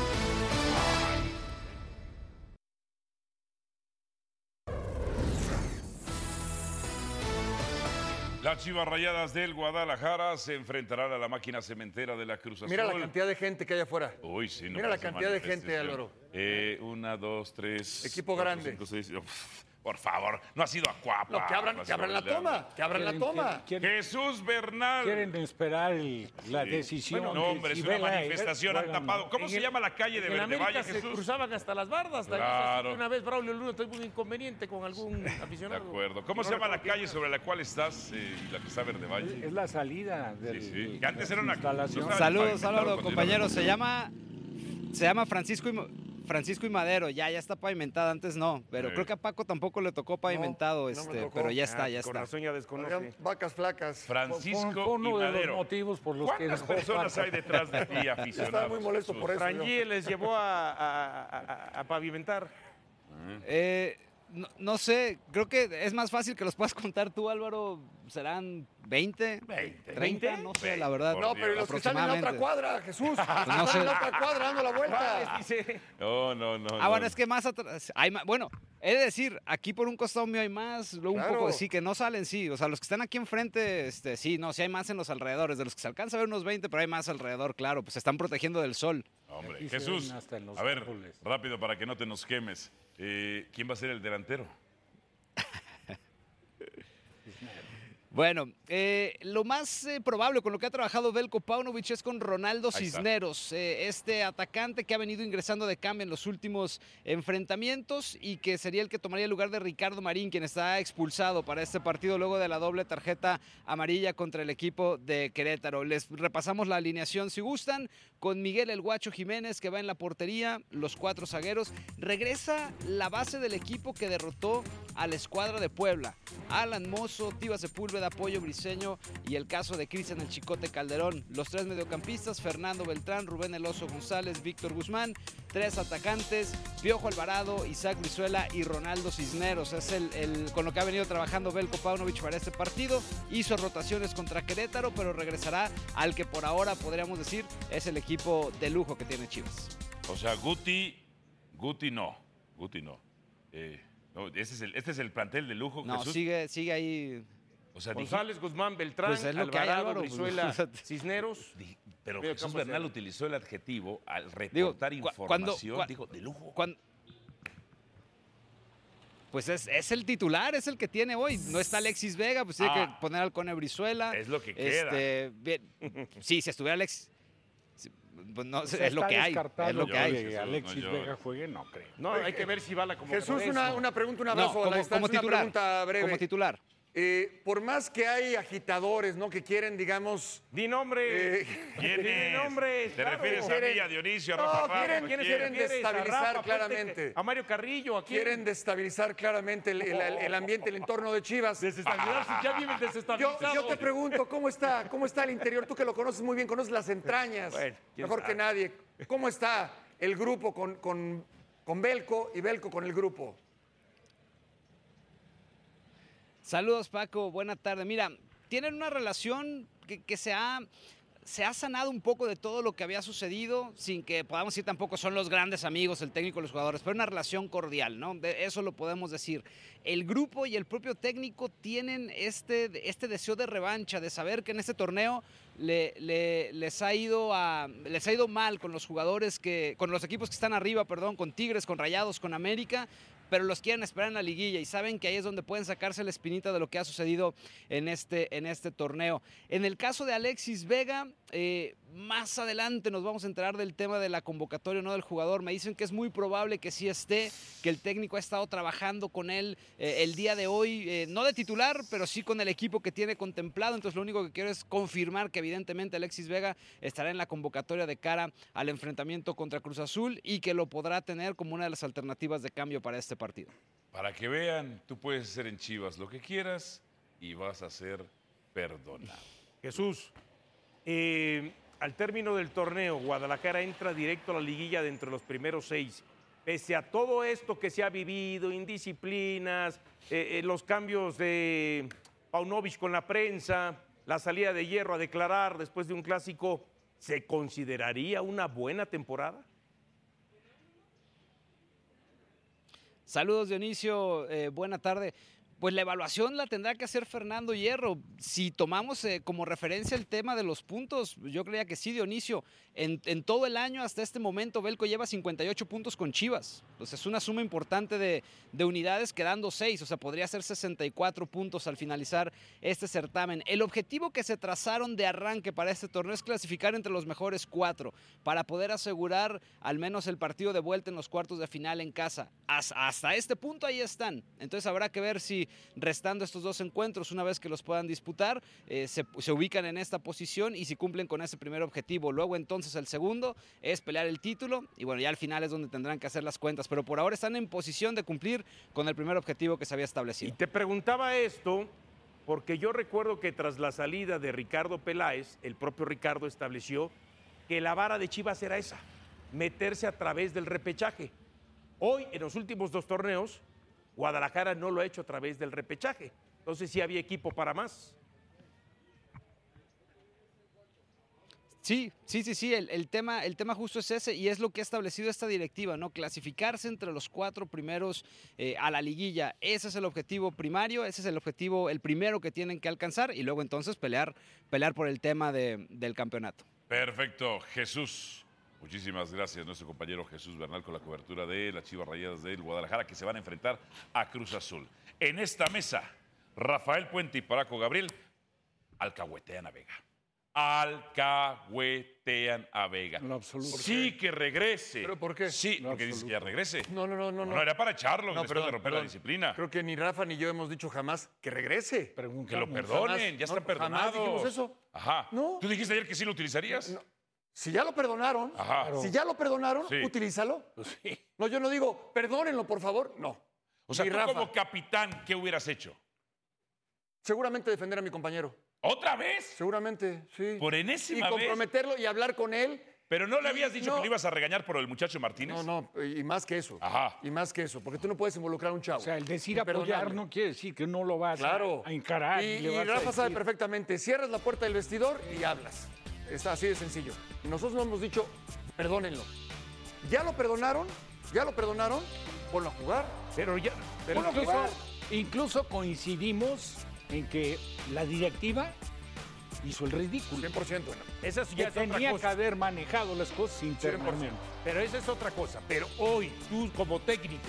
Las Chivas Rayadas del Guadalajara se enfrentarán a la máquina cementera de la Cruz Azul. Mira la cantidad de gente que hay afuera. Uy, sí, no Mira la parece cantidad de gente, manifestación. Álvaro. Eh, una, dos, tres. Equipo grande. cinco, seis, oh, por favor, no ha sido a Cuapa. No, que abran- no ha que abran sido la toma, Abelardo. que abran la Quieren- toma. quieren- quieren- Jesús Bernal. Quieren esperar el- la Sí. decisión. Bueno, de no, hombre, es si una Vela- manifestación. Han juegan o no. tapado. ¿Cómo En se el- llama la calle de En Verde América Valle, se Jesús? cruzaban hasta las bardas. Tal vez Claro. Una vez Braulio Luna tuvo un inconveniente con algún De aficionado. acuerdo. ¿Cómo se llama la calle sobre la cual estás eh, y la que está Verde Valle? Es la salida del- Sí, sí. Que antes era una instalación. Saludos, Álvaro, Álvaro, compañeros. Se llama, se llama Francisco y, Ma- Francisco y Madero. Ya, ya está pavimentada. Antes no, pero Sí. creo que a Paco tampoco le tocó pavimentado, este, tocó. pero ya está, ya Con está. razón ya Habían desconoce. vacas flacas. Francisco Fue- fue uno y de los Madero. motivos por los que ¿Cuántas dejó personas Paco? hay detrás de ti, aficionados? Estaba muy molesto Jesús? por eso. Frangé les llevó a, a- a- a pavimentar. Eh, no, no sé, creo que es más fácil que los puedas contar tú, Álvaro. ¿Serán 20? 20. 30, no sé, la verdad. No, pero ¿y los que están en la otra aproximadamente. cuadra, Jesús. Los que no están sé. en la otra cuadra dando la vuelta. No, no, no. Ah, no. bueno, es que más atrás. Hay más, bueno, he de decir, aquí por un costado mío hay más, luego un Claro. poco sí, que no salen, sí. O sea, los que están aquí enfrente, este, sí, no, sí hay más en los alrededores. De los que se alcanza a ver unos 20, pero hay más alrededor, claro, pues se están protegiendo del sol. Hombre, Aquí se Jesús, ven hasta en los a ver, árboles. rápido para que no te nos quemes. Eh, ¿Quién va a ser el delantero? Bueno, eh, lo más eh, probable con lo que ha trabajado Belko Paunovic es con Ronaldo Ahí está. Cisneros, eh, este atacante que ha venido ingresando de cambio en los últimos enfrentamientos y que sería el que tomaría el lugar de Ricardo Marín, quien está expulsado para este partido luego de la doble tarjeta amarilla contra el equipo de Querétaro. Les repasamos la alineación si gustan, con Miguel El Guacho Jiménez que va en la portería, los cuatro zagueros. Regresa la base del equipo que derrotó a la escuadra de Puebla. Alan Mozo, Tiva Sepúlveda, Pollo Briseño y el caso de Cristian El Chicote Calderón. Los tres mediocampistas, Fernando Beltrán, Rubén Eloso González, Víctor Guzmán. Tres atacantes, Piojo Alvarado, Isaac Brizuela y Ronaldo Cisneros. Es el, el- con lo que ha venido trabajando Belko Paunovic para este partido. Hizo rotaciones contra Querétaro, pero regresará al que por ahora podríamos decir es el equipo de lujo que tiene Chivas. O sea, Guti, Guti no, Guti no. Eh, no, ese es el, este es el plantel de lujo. No, Jesús. sigue, sigue ahí. O sea, dije- González, Guzmán, Beltrán, Pues es lo que hay, Alvarado, Álvaro, pues, Brizuela, o sea, Cisneros. Pero Medio Jesús campo Bernal cero. utilizó el adjetivo al Digo, reportar cu- cuando- información, cua- dijo, de lujo. cuan- Pues es, es el titular, es el que tiene hoy. No está Alexis Vega, pues tiene Ah. que poner al Cone Brizuela. Es lo que queda. Este, bien, sí, si estuviera Alex. sí, pues no, O sé, sea, es lo está que hay. descartado Es lo que hay. que Alexis Vega juegue, no creo. No, hay que ver si va la Jesús, una, una pregunta, un No, abrazo a como- la distancia, como titular, una pregunta breve. como titular. Eh, por más que hay agitadores, ¿no? Que quieren, digamos. Di nombre. ¿Quién es? nombres, ¿Te claro. refieres a mí, Quieren- a Dionisio, a No, Rafa Paz? quieren- ¿A quieren- quién? Quieren refieres a destabilizar Rafa, claramente. A Mario Carrillo, aquí. Quieren destabilizar claramente el, el- el ambiente, el entorno de Chivas. Desestabilizar, si ya viven Yo, desestabilizados. yo te pregunto, ¿cómo está, ¿cómo está el interior? Tú que lo conoces muy bien, conoces las entrañas, Bueno, quién mejor sabe. que nadie. ¿Cómo está el grupo con, con, con Belco y Belco con el grupo? Saludos, Paco. Buena tarde. Mira, tienen una relación que, que se ha. Se ha sanado un poco de todo lo que había sucedido, sin que podamos decir tampoco son los grandes amigos, el técnico, los jugadores, pero una relación cordial, ¿no? De eso lo podemos decir. El grupo y el propio técnico tienen este, este deseo de revancha, de saber que en este torneo le- le- les, ha ido a- les ha ido mal con los jugadores que, con los equipos que están arriba, perdón, con Tigres, con Rayados, con América, pero los quieren esperar en la liguilla y saben que ahí es donde pueden sacarse la espinita de lo que ha sucedido en este, en este torneo. En el caso de Alexis Vega, eh, más adelante nos vamos a enterar del tema de la convocatoria o no del jugador. Me dicen que es muy probable que sí esté, que el técnico ha estado trabajando con él eh, el día de hoy, eh, no de titular, pero sí con el equipo que tiene contemplado. Entonces lo único que quiero es confirmar que evidentemente Alexis Vega estará en la convocatoria de cara al enfrentamiento contra Cruz Azul y que lo podrá tener como una de las alternativas de cambio para este partido. Para que vean, tú puedes hacer en Chivas lo que quieras y vas a ser perdonado. Jesús, eh, al término del torneo, Guadalajara entra directo a la liguilla de entre los primeros seis. Pese a todo esto que se ha vivido, indisciplinas, eh, eh, los cambios de Paunovic con la prensa, la salida de Hierro a declarar después de un clásico, ¿se consideraría una buena temporada? Saludos, Dionisio. eh, buena tarde. Pues la evaluación la tendrá que hacer Fernando Hierro. Si tomamos eh, como referencia el tema de los puntos, yo creía que sí, Dionisio. En, en todo el año hasta este momento, Belco lleva 58 puntos con Chivas. Pues es una suma importante de, de unidades, quedando 6. O sea, podría ser 64 puntos al finalizar este certamen. El objetivo que se trazaron de arranque para este torneo es clasificar entre los mejores cuatro para poder asegurar al menos el partido de vuelta en los cuartos de final en casa. Has- Hasta este punto ahí están. Entonces habrá que ver si restando estos dos encuentros, una vez que los puedan disputar, eh, se, se ubican en esta posición y si cumplen con ese primer objetivo. Luego entonces el segundo es pelear el título y bueno, ya al final es donde tendrán que hacer las cuentas. Pero por ahora están en posición de cumplir con el primer objetivo que se había establecido. Te preguntaba esto porque yo recuerdo que tras la salida de Ricardo Peláez, el propio Ricardo estableció que la vara de Chivas era esa, meterse a través del repechaje. Hoy, en los últimos dos torneos, Guadalajara no lo ha hecho a través del repechaje. Entonces sí había equipo para más. Sí, sí, sí, sí. El, el tema, el tema justo es ese y es lo que ha establecido esta directiva, ¿no? Clasificarse entre los cuatro primeros eh, a la liguilla. Ese es el objetivo primario, ese es el objetivo, el primero que tienen que alcanzar y luego entonces pelear, pelear por el tema de- del campeonato. Perfecto, Jesús. Muchísimas gracias, nuestro compañero Jesús Bernal, con la cobertura de las Chivas Rayadas del Guadalajara que se van a enfrentar a Cruz Azul. En esta mesa, Rafael Puente y Paraco Gabriel alcahuetean a Vega. Alcahuetean a Vega. No, absoluto. Sí que regrese. ¿Pero por qué? Sí, porque dice que ya regrese. No, no, no, no. No, era para echarlo No, después perdón, de romper la perdón. disciplina. Creo que ni Rafa ni yo hemos dicho jamás que regrese. Que lo perdonen, ya está Jamás perdonado. dijimos eso. Ajá. ¿Tú dijiste ayer que sí lo utilizarías? Si ya lo perdonaron, Ajá. si ya lo perdonaron, Sí. utilízalo. No, yo no digo, perdónenlo, por favor. No. O sea, Ni tú Rafa. como capitán, ¿qué hubieras hecho? Seguramente defender a mi compañero. ¿Otra vez? Seguramente, sí. Por enésima Y vez. comprometerlo y hablar con él. Pero no le Y habías dicho no. que lo ibas a regañar por el muchacho Martínez. No, no, y más que eso. Ajá. Y más que eso, porque tú no puedes involucrar a un chavo. O sea, el decir Imperdonable. apoyar no quiere decir que no lo vas a- Claro. a encarar. Y, le y vas a Rafa sabe decir. perfectamente. Cierras la puerta del vestidor y hablas. Está así de sencillo. Y nosotros no hemos dicho, perdónenlo. Ya lo perdonaron, ya lo perdonaron, ponlo a jugar. Pero ya. Pero Bueno, incluso- incluso, incluso coincidimos en que la directiva hizo el ridículo. 100%. Esa Eso ya es otra tenía que cosa. haber manejado las cosas 100%. internamente. Pero esa es otra cosa. Pero hoy, tú como técnico,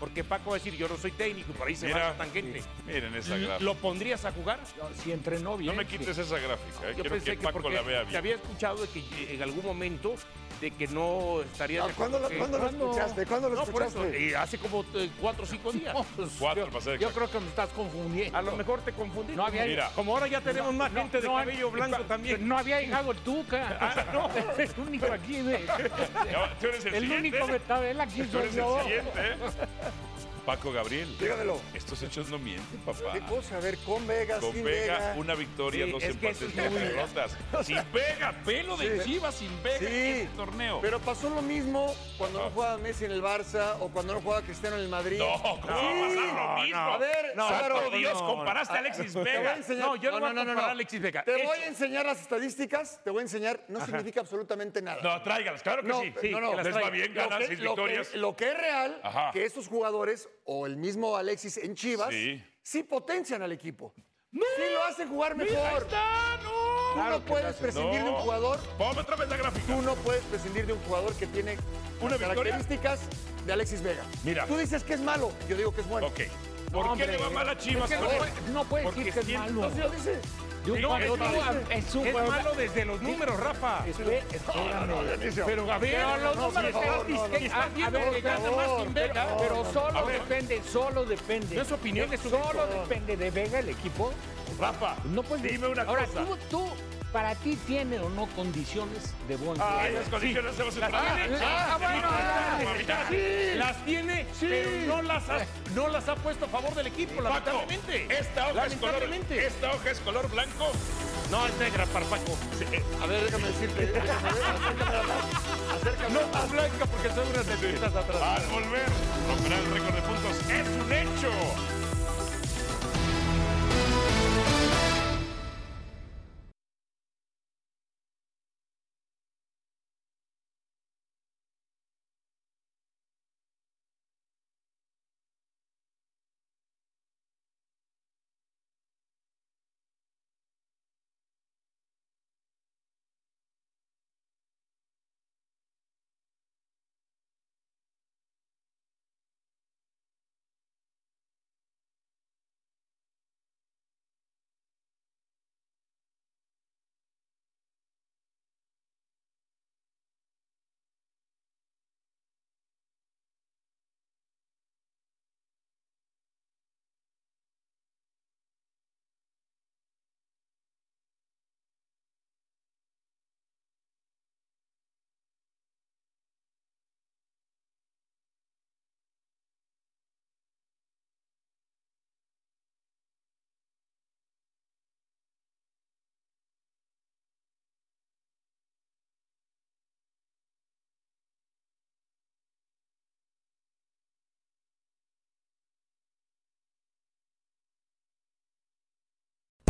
porque Paco va a decir, yo no soy técnico, y por ahí se Mira, va la tangente. Miren esa L- gráfica. ¿Lo pondrías a jugar? Si entrenó bien. No me quites sí. esa gráfica. eh. Yo Quiero pensé que que Paco porque la vea te bien. había escuchado de que eh, en algún momento de que no estaría. Ah, de ¿cuándo acuerdo lo- que- cuándo lo ¿Cuándo? escuchaste? ¿Cuándo lo no, Por eso, escuchaste? pues, eh, hace como eh, cuatro o cinco días. Cuatro, para ser Yo exacto. creo que me estás confundiendo. A lo mejor te confundí. No había- Mira. Como ahora ya tenemos No, más no, gente de no, cabello eh, blanco pa- también. No había llegado el Tuca. Ah, no. Es el único aquí. de- Ya, Tú eres el, El siguiente. único Betabel aquí Tú soy eres el yo. siguiente. eh. Paco Gabriel. Dígamelo. Estos hechos no mienten, papá. ¿Qué cosa? A ver, con Vegas, Con sin Vega, Vega. una victoria, Sí, dos es que eso empates, es dos muy- derrotas. Sin Vega, pelo de Sí. Chivas, sin Vega en Sí, este torneo. Ah. pero pasó lo mismo cuando no jugaba Messi en el Barça o cuando no jugaba Cristiano en el Madrid. No, ¿cómo va a Sí. pasar lo mismo? A ver, no, Saro, santo Dios, no, comparaste a Alexis Te voy a Vega. enseñar- No, yo no voy a comparar a Alexis Vega. Te Hecho. voy a enseñar las estadísticas, te voy a enseñar, no significa absolutamente nada. No, tráigalas, claro que No, sí. no, no. Les Lo va bien ganar que- seis lo que- victorias. Lo que es real, Ajá. que estos jugadores o el mismo Alexis en Chivas Sí. sí, potencian al equipo. Sí lo hacen jugar mejor. está, no. Tú no puedes prescindir de un No. jugador. Ponme otra vez la gráfica. Tú no puedes prescindir de un jugador que tiene ¿Una las victoria? características de Alexis Vega. Mira. Tú dices que es malo, yo digo que es bueno. Ok. ¿Por No, qué hombre. le va mal a Chivas? Es que no con él? puede- no puede Porque decir que es siento- malo. No, si lo dice. De un Sí, jugador- es malo. es un Es jugador- malo desde los números, Rafa. Espé- espérame. Pero Gabriel, Pero los no, números por favor, están- no, no. están A viendo ver, que por gana más favor, sin Vega, no, pero no, no. solo A ver. depende, solo depende. No es opinión, es un Solo hecho. depende de Vega el equipo. Rafa, No puedes dime una Ahora, cosa. tú, tú, para ti, ¿tiene o no condiciones de buen Ah, jugador? esas condiciones se vas a Las tiene, Ah, ah, bueno, mamita, ah, mamita. sí. las tiene, pero no las, ha, no las ha puesto a favor del equipo, Paco, lamentablemente. esta hoja, es color, Lamentablemente. esta hoja es color blanco. eh, No, es negra, Parpaco. A ver, déjame decirte. déjame ver, acércame más, acércame No, más. es blanca porque son unas negritas atrás. Al volver, romperá el récord de puntos. ¡Es un hecho!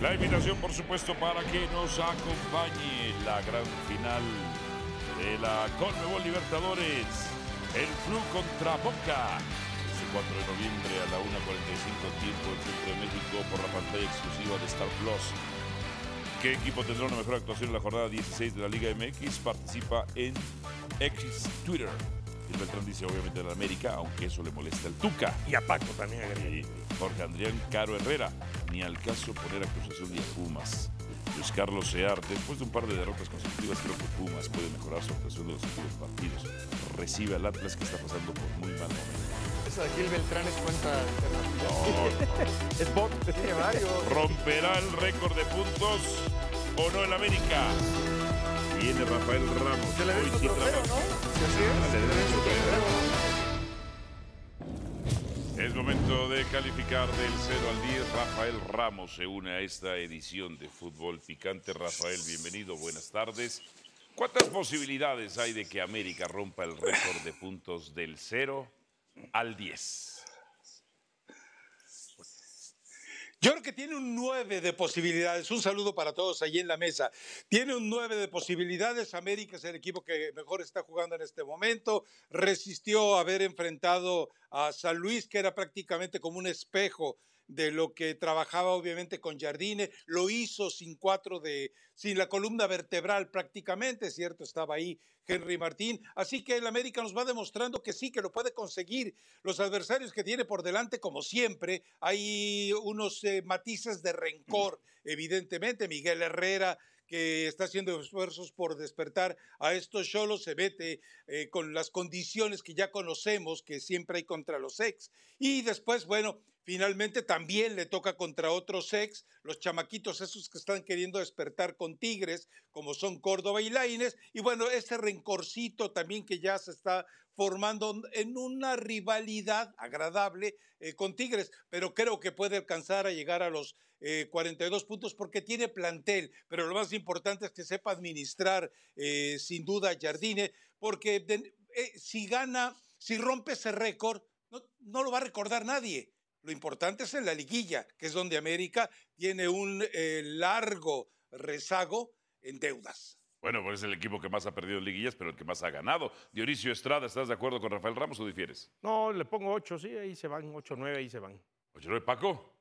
La invitación, por supuesto, para que nos acompañe en la gran final de la Conmebol Libertadores. El Flu contra Boca. Este 4 de noviembre a la 1.45 tiempo del Centro de México por la pantalla exclusiva de Star Plus. ¿Qué equipo tendrá una mejor actuación en la jornada 16 de la Liga MX? Participa en X Twitter. El Beltrán dice obviamente de la América, aunque eso le molesta al Tuca. Y a Paco también. agregué. Y Jorge Andrián Caro Herrera, ni al caso poner acusación de Pumas. Luis Carlos Sear, después de un par de derrotas consecutivas, creo que Pumas puede mejorar su actuación de los últimos partidos. Recibe al Atlas que está pasando por muy mal momento. Esa de Gil Beltrán es cuenta No, Es bot. Tiene varios. ¿Romperá el récord de puntos o no el América? Viene Rafael Ramos. Se le ve Hoy su sí trofeo, trabaja. ¿no? Sí, así es. Se le ve su trofeo. Es momento de calificar del 0 al 10. Rafael Ramos se une a esta edición de Fútbol Picante. Rafael, bienvenido, buenas tardes. ¿Cuántas posibilidades hay de que América rompa el récord de puntos del 0 al 10? Yo creo que tiene un 9 de posibilidades. Un saludo para todos allí en la mesa. Tiene un 9 de posibilidades. América es el equipo que mejor está jugando en este momento. Resistió haber enfrentado a San Luis, que era prácticamente como un espejo de lo que trabajaba obviamente con Jardine, lo hizo sin cuatro de, sin la columna vertebral prácticamente, ¿cierto? Estaba ahí Henry Martín. Así que el América nos va demostrando que sí, que lo puede conseguir. Los adversarios que tiene por delante, como siempre, hay unos eh, matices de rencor, evidentemente. Miguel Herrera, que está haciendo esfuerzos por despertar a estos cholos, se mete eh, con las condiciones que ya conocemos que siempre hay contra los ex. Y después, bueno, finalmente también le toca contra otros ex, los chamaquitos esos que están queriendo despertar con Tigres, como son Córdoba y Laines. Y bueno, ese rencorcito también que ya se está formando en una rivalidad agradable eh, con Tigres, pero creo que puede alcanzar a llegar a los eh, 42 puntos porque tiene plantel, pero lo más importante es que sepa administrar eh, sin duda a Jardine, porque de- eh, si gana, si rompe ese récord, no, no lo va a recordar nadie. Lo importante es en la liguilla, que es donde América tiene un eh, largo rezago en deudas. Bueno, pues es el equipo que más ha perdido en liguillas, pero el que más ha ganado. Dionisio Estrada, ¿estás de acuerdo con Rafael Ramos o difieres? No, le pongo 8, sí, ahí se van, 8, 9, ahí se van. Oye, lo de Paco.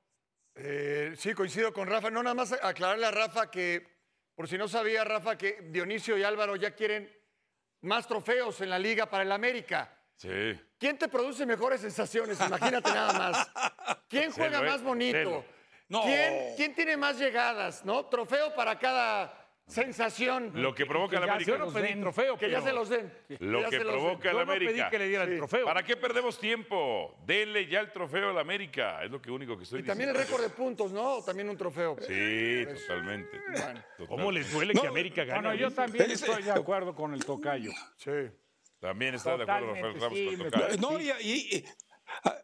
Eh, sí, coincido con Rafa. No, nada más aclararle a Rafa que, por si no sabía, Rafa, que Dionisio y Álvaro ya quieren más trofeos en la liga para el América. Sí. ¿Quién te produce mejores sensaciones? Imagínate nada más. ¿Quién juega Celo, eh, más bonito? celo. No. ¿Quién, quién tiene más llegadas? ¿No? Trofeo para cada sensación. Lo que provoca la América. Que ya se los den. Lo ya que se los provoca den. el América. Sí. ¿Para qué perdemos tiempo? Dele ya el trofeo al América. Es lo que único que estoy Y también el diciendo. récord de puntos, ¿no? También un trofeo. Sí, totalmente. Totalmente. ¿Cómo les duele que América gane? Bueno, yo también estoy de acuerdo con el tocayo. Sí. También está de acuerdo Rafael Ramos Totalmente, con sí, Tocayo. me- No, y, y- y- a-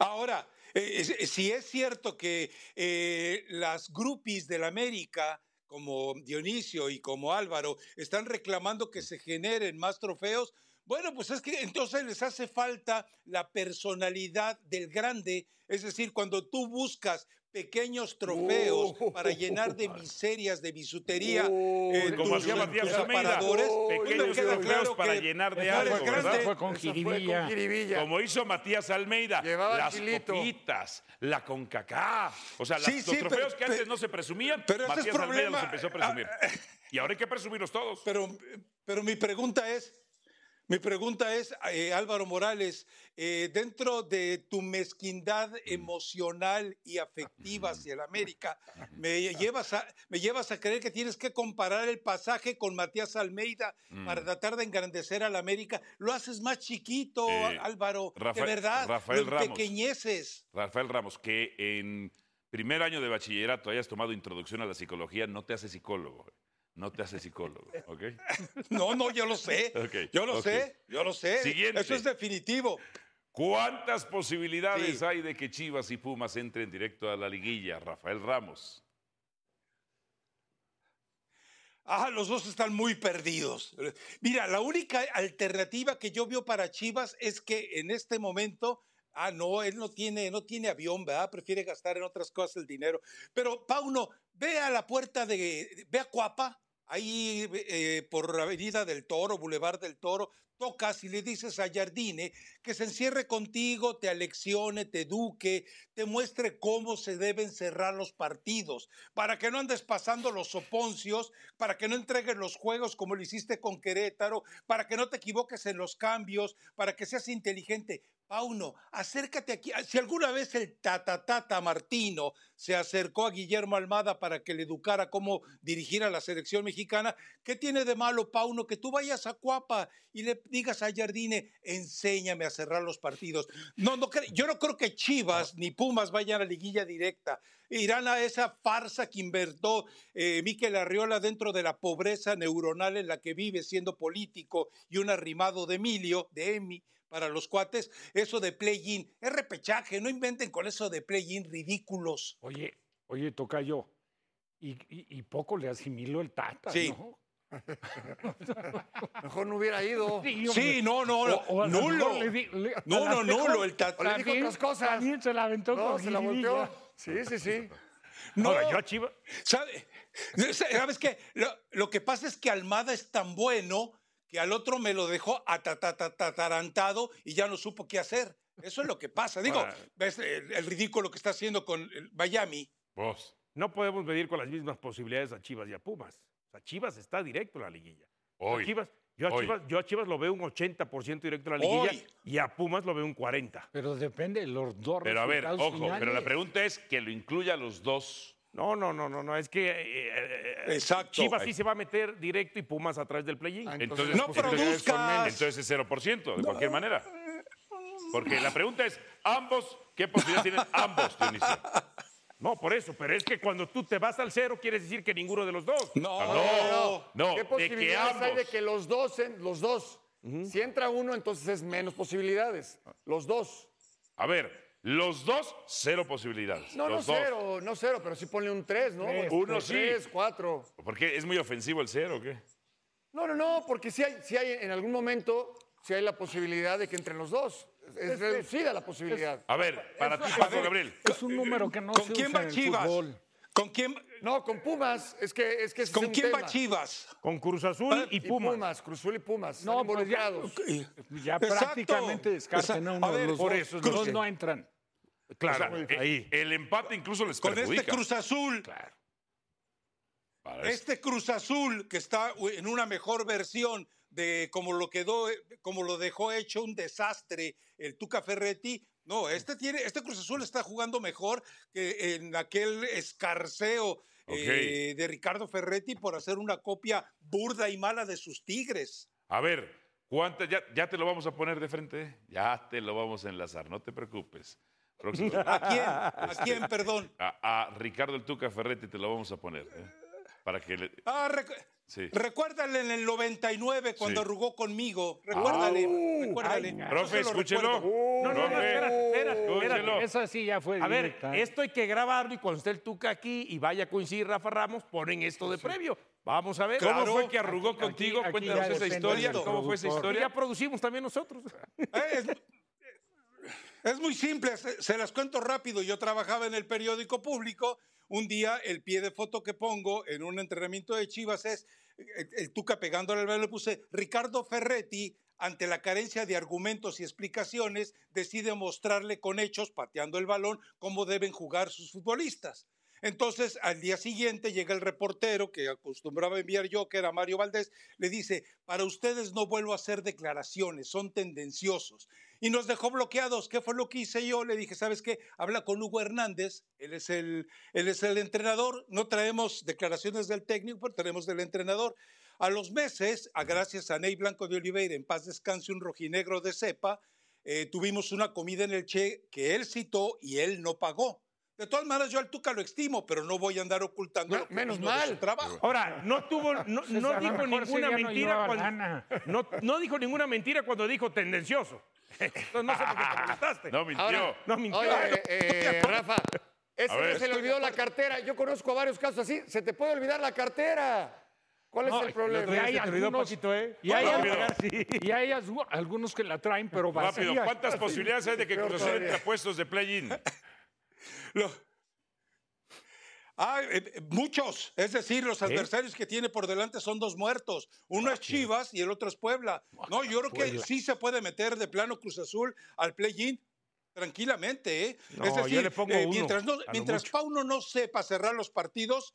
ahora, eh, es- si es cierto que eh, las groupies del América, como Dionisio y como Álvaro, están reclamando que se generen más trofeos, bueno, pues es que entonces les hace falta la personalidad del grande, es decir, cuando tú buscas pequeños trofeos Oh. para llenar de miserias, de bisutería, eh, como tus- hacía Matías tus Almeida. aparadores, pues Pequeños queda trofeos para que llenar de el algo, grande- ¿verdad? Esa fue con jiribilla. jiribilla. Como hizo Matías Almeida. Llevaba las chilito. copitas, la concacá. O sea, las- Sí, los sí, pero- trofeos que antes pero- no se presumían, pero ese es Matías Almeida problema. los empezó a presumir. y ahora hay que presumirlos todos. Pero, pero mi pregunta es, mi pregunta es, eh, Álvaro Morales, eh, dentro de tu mezquindad Mm. emocional y afectiva hacia el América, me llevas, a, me llevas a creer que tienes que comparar el pasaje con Matías Almeida Mm. para tratar de engrandecer al América. Lo haces más chiquito, Eh, Álvaro, Rafael- de verdad, Rafael lo Ramos. pequeñeces. Rafael Ramos, que en primer año de bachillerato hayas tomado introducción a la psicología, no te hace psicólogo. No te hace psicólogo, ¿ok? No, no, yo lo sé. Ok, Yo lo ok. sé, yo lo sé. Siguiente. Eso es definitivo. ¿Cuántas posibilidades hay de que Chivas y Pumas entren directo a la liguilla, Rafael Ramos? Ah, los dos están muy perdidos. Mira, la única alternativa que yo veo para Chivas es que en este momento, ah, no, él no tiene, no tiene avión, ¿verdad? Prefiere gastar en otras cosas el dinero. Pero, Pauno, ve a la puerta de, ve a Cuapa, ahí eh, por Avenida del Toro, Boulevard del Toro, tocas y le dices a Jardine que se encierre contigo, te aleccione, te eduque, te muestre cómo se deben cerrar los partidos, para que no andes pasando los soponcios, para que no entregues los juegos como lo hiciste con Querétaro, para que no te equivoques en los cambios, para que seas inteligente. Pauno, acércate aquí. Ah, Si alguna vez el tata tata Martino se acercó a Guillermo Almada para que le educara cómo dirigir a la selección mexicana, ¿qué tiene de malo, Pauno, que tú vayas a Cuapa y le digas a Jardine, enséñame a cerrar los partidos? No, no cre- yo no creo que Chivas ni Pumas vayan a la liguilla directa. Irán a esa farsa que inventó eh, Miquel Arriola dentro de la pobreza neuronal en la que vive siendo político y un arrimado de Emilio, de Emi, para los cuates, eso de play-in, es repechaje, no inventen con eso de play-in ridículos. Oye, oye, tocayo. Y, y- y poco le asimiló el Tata, Sí. ¿no? Mejor no hubiera ido. Sí, no, no, O- o a lo mejor nulo. le di- le- No, a las no, mejor nulo, el Tata. O le dijo también- otras cosas. También se la aventó No, con se la jiribilla. volteó. Sí, sí, sí. No, Ahora, yo a Chivas. ¿sabe- ¿sabes qué? Lo, lo que pasa es que Almada es tan bueno que al otro me lo dejó atatarantado y ya no supo qué hacer. Eso es lo que pasa. Digo, Ahora- ves el, el ridículo que está haciendo con el Miami. Vos. No podemos medir con las mismas posibilidades a Chivas y a Pumas. O sea, Chivas está directo a la liguilla. O sea, Hoy. Chivas- yo, a Hoy. Chivas, yo a Chivas lo veo un 80% directo a la liguilla Hoy. y a Pumas lo veo un 40%. Pero depende de los dos Pero a ver, resultados ojo, pero la finales. pregunta es que lo incluya a los dos. No, no, no, no, no. Es que eh, eh, eh, Exacto. Chivas Ahí. sí se va a meter directo y Pumas a través del play-in. Entonces, no entonces- produzcas. Entonces es 0%, de cualquier manera. Porque la pregunta es, ambos, ¿qué posibilidad tienen ambos, Dionisio? No, por eso, pero es que cuando tú te vas al cero, quieres decir que ninguno de los dos. No, Ah, No, no, de ¿Qué que posibilidades hay de ambos. que los dos, en- los dos, si entra uno, entonces es menos posibilidades? Los dos. A ver, los dos, cero posibilidades. No, no los dos. cero, no cero, pero sí ponle un tres, ¿no? Tres, Un uno sí. Tres, cuatro. ¿Por qué? ¿Es muy ofensivo el cero o qué? No, no, no, porque si hay, si hay en algún momento, si hay la posibilidad de que entren los dos. Es, es reducida la posibilidad. A ver, para Eso- ti, a Paco ver, Gabriel. Es un número que no ¿Con se quién usa va en el Chivas? fútbol. ¿Con quién, No, con Pumas, es que es que ese es ¿con un quién va tema. Chivas? Con Cruz Azul y Y Pumas. Pumas, Cruz Azul y Pumas. No, No, pues ya- involucrados. Ya Exacto. prácticamente descartan a Exacto. uno A de ver, los por dos. eso es lo Los dos que- no entran. Claro, O sea, ahí. El empate incluso les Con perjudica. este Cruz Azul. Para Este Cruz Azul que está en una mejor versión de como lo quedó, eh, como lo dejó hecho un desastre el Tuca Ferretti. No, este tiene, este Cruz Azul está jugando mejor que en aquel escarceo eh, de Ricardo Ferretti por hacer una copia burda y mala de sus Tigres. A ver, ¿cuántas? Ya, ya te lo vamos a poner de frente. ¿eh? Ya te lo vamos a enlazar, no te preocupes. Próximo. ¿A quién? ¿A quién, perdón? A, a Ricardo el Tuca Ferretti te lo vamos a poner. ¿eh? Para que le. Ah, recu- Sí. recuérdale en el 99 cuando Sí. arrugó conmigo. Recuérdale, recuérdale. Yo Profe, se lo escúchelo. recuerdo. Uh, No, no, no, Profe, espera, espera, escúchelo. espera. Esa sí ya fue. A ver, este directa, ¿eh? esto hay que grabarlo y cuando esté el Tuca aquí y vaya a coincidir Rafa Ramos, ponen esto de previo. Vamos a ver. ¿Cómo Claro. fue que arrugó Aquí- contigo? aquí Cuéntanos ya esa depende historia. del ¿Cómo fue esa productor. historia? Ya producimos también nosotros. Es muy simple, se, se las cuento rápido. Yo trabajaba en el periódico público. Un día el pie de foto que pongo en un entrenamiento de Chivas es el, el Tuca pegándole al balón. Le puse Ricardo Ferretti, ante la carencia de argumentos y explicaciones, decide mostrarle con hechos, pateando el balón, cómo deben jugar sus futbolistas. Entonces, al día siguiente llega el reportero que acostumbraba enviar yo, que era Mario Valdés, le dice, para ustedes no vuelvo a hacer declaraciones, son tendenciosos. Y nos dejó bloqueados. ¿Qué fue lo que hice yo? Le dije, ¿sabes qué? Habla con Hugo Hernández, él es el, él es el entrenador, no traemos declaraciones del técnico, pero traemos del entrenador. A los meses, a gracias a Ney Blanco de Oliveira, en paz descanse un rojinegro de cepa, eh, tuvimos una comida en el Che que él citó y él no pagó. De todas maneras, yo al Tuca lo estimo, pero no voy a andar ocultando lo que Menos vino de su mal. trabajo. Ahora, no tuvo, no, César, no a lo dijo mejor sí ninguna ya no mentira llevaba cuando. lana. No, no dijo ninguna mentira cuando dijo tendencioso. Entonces no sé por qué te molestaste. No mintió. Ahora, no mintió. Oye, eh, Rafa, A ese ver. día se le Estoy de olvidó la cartera. Yo conozco a varios casos así. Se te puede olvidar la cartera. ¿Cuál No, es el problema? Y hay, algunos, ¿eh? y, hay Rápido. algunos- y hay algu- algunos que la traen, pero vacía. Rápido, ¿cuántas posibilidades hay de que Cruz Azul entre a puestos de play-in? Lo- Ah, eh, eh, muchos. Es decir, los adversarios que tiene por delante son dos muertos. Uno es Chivas y el otro es Puebla. No, yo creo que Ah, Puebla. sí se puede meter de plano Cruz Azul al play-in tranquilamente. ¿eh? No, es yo decir, le pongo uno, mientras, no- a lo mientras mucho. Pauno no sepa cerrar los partidos,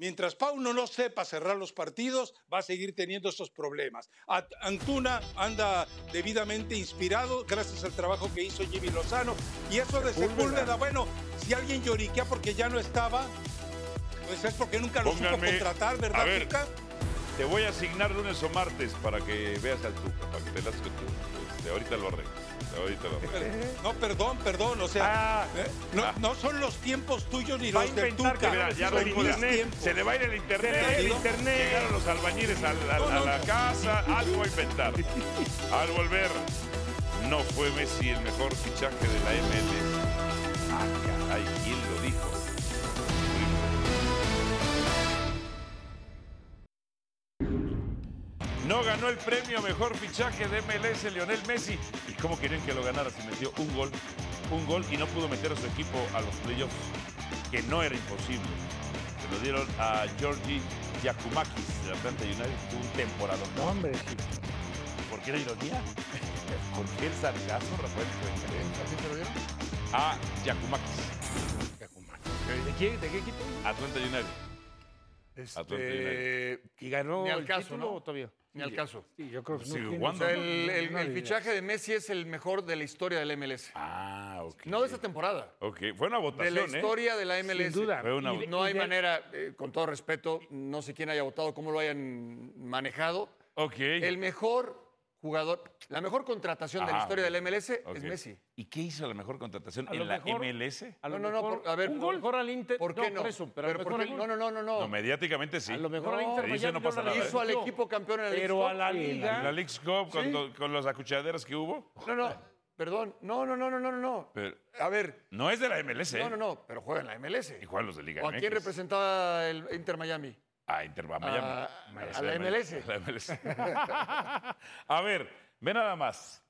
Mientras Pauno no sepa cerrar los partidos, va a seguir teniendo esos problemas. At- Antuna anda debidamente inspirado gracias al trabajo que hizo Jimmy Lozano. Y eso de Sepúlveda, bueno, si alguien lloriquea porque ya no estaba, pues es porque nunca lo supo Pónganme- contratar, a ¿verdad, ver, Tuca? Te voy a asignar lunes o martes para que veas al Tuca, para que te las con tu- este, ahorita lo arreglo. Ahorita lo arreglo. No, perdón, perdón, o sea, Ah. eh, no, no son los tiempos tuyos ni Va a los del inventar Tuca. que mira, ya son lo dijo mis Disney, tiempos. Se le va a ir el internet. Se le va a ir el internet. Llegaron los albañiles a la, a No, no, la no. casa. Algo a inventar. Al volver, no fue Messi el mejor fichaje de la MLS. Ah, caray, ¿quién lo dijo? No ganó el premio mejor fichaje de MLS Lionel Messi. ¿Y cómo querían que lo ganara si metió un gol? Un gol y no pudo meter a su equipo a los playoffs, que no era imposible. Se lo dieron a Georgi Yakumakis de Atlanta United, tuvo un temporada. No, hombre. ¿Por qué la ironía? ¿Por qué el sarcasmo, Rafael? ¿A quién se lo dieron? A Yakumakis. ¿De quién? ¿De qué equipo? Atlanta United. Atlanta United. y ganó Este, Ni al el caso, título ¿no? o todavía. Ni al caso. Sí, yo creo que Pues Sí, no. tiene- O sea, el, el- no, el no, fichaje de Messi es el mejor de la historia del MLS. Ah, ok. No de esta temporada. Ok, fue una De votación, la ¿eh? historia de la MLS. Sin duda. Fue una Y de- No hay manera, eh, con todo respeto, no sé quién haya votado, cómo lo hayan manejado. Ok. El mejor jugador, la mejor contratación de la Ah, historia ok. del MLS Ok. es Messi. ¿Y qué hizo la mejor contratación A lo en la mejor- MLS? A lo no, no, mejor por- a ver, un por- gol mejor al Inter. ¿Por qué no? Por eso, pero, a lo ¿por mejor qué? al No, Inter. no, no, no, no. No, mediáticamente sí. A lo mejor al Inter Dice Miami no no pasa la nada. ¿eh? Hizo al equipo campeón en la Leagues Pero a la Cup. liga. En la Leagues Cup, cuando- con las acuchaderas que hubo. No, no, perdón. No, no, no, no, no, no, no. Pero A ver. no es de la MLS. ¿eh? No, no, no, pero juega en la MLS. Y juegan ¿eh? los de Liga ¿O a quién MX. representaba el Inter Miami? A Inter, a Miami. A- Ah, a la MLS. A la MLS. a ver, ve nada más.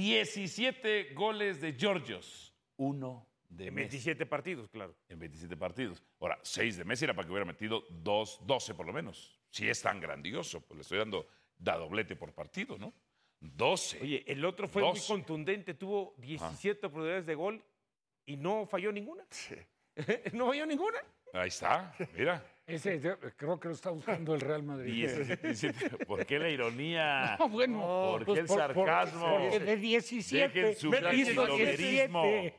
17 goles de Georgios. Uno de En Messi. 27 partidos, claro. En 27 partidos. Ahora, 6 de Messi era para que hubiera metido 2, 12 por lo menos. Si es tan grandioso, pues le estoy dando da doblete por partido, ¿no? 12. Oye, el otro fue muy 12. contundente, tuvo 17 oportunidades de gol y no falló ninguna. no falló ninguna. Ahí está, mira. Ese yo creo que lo está buscando el Real Madrid. Y ese 17, ¿Por qué la ironía? No, bueno. ¿Por pues qué el por- por- sarcasmo? porque de 17. Dejen su Me hizo mesiloverismo.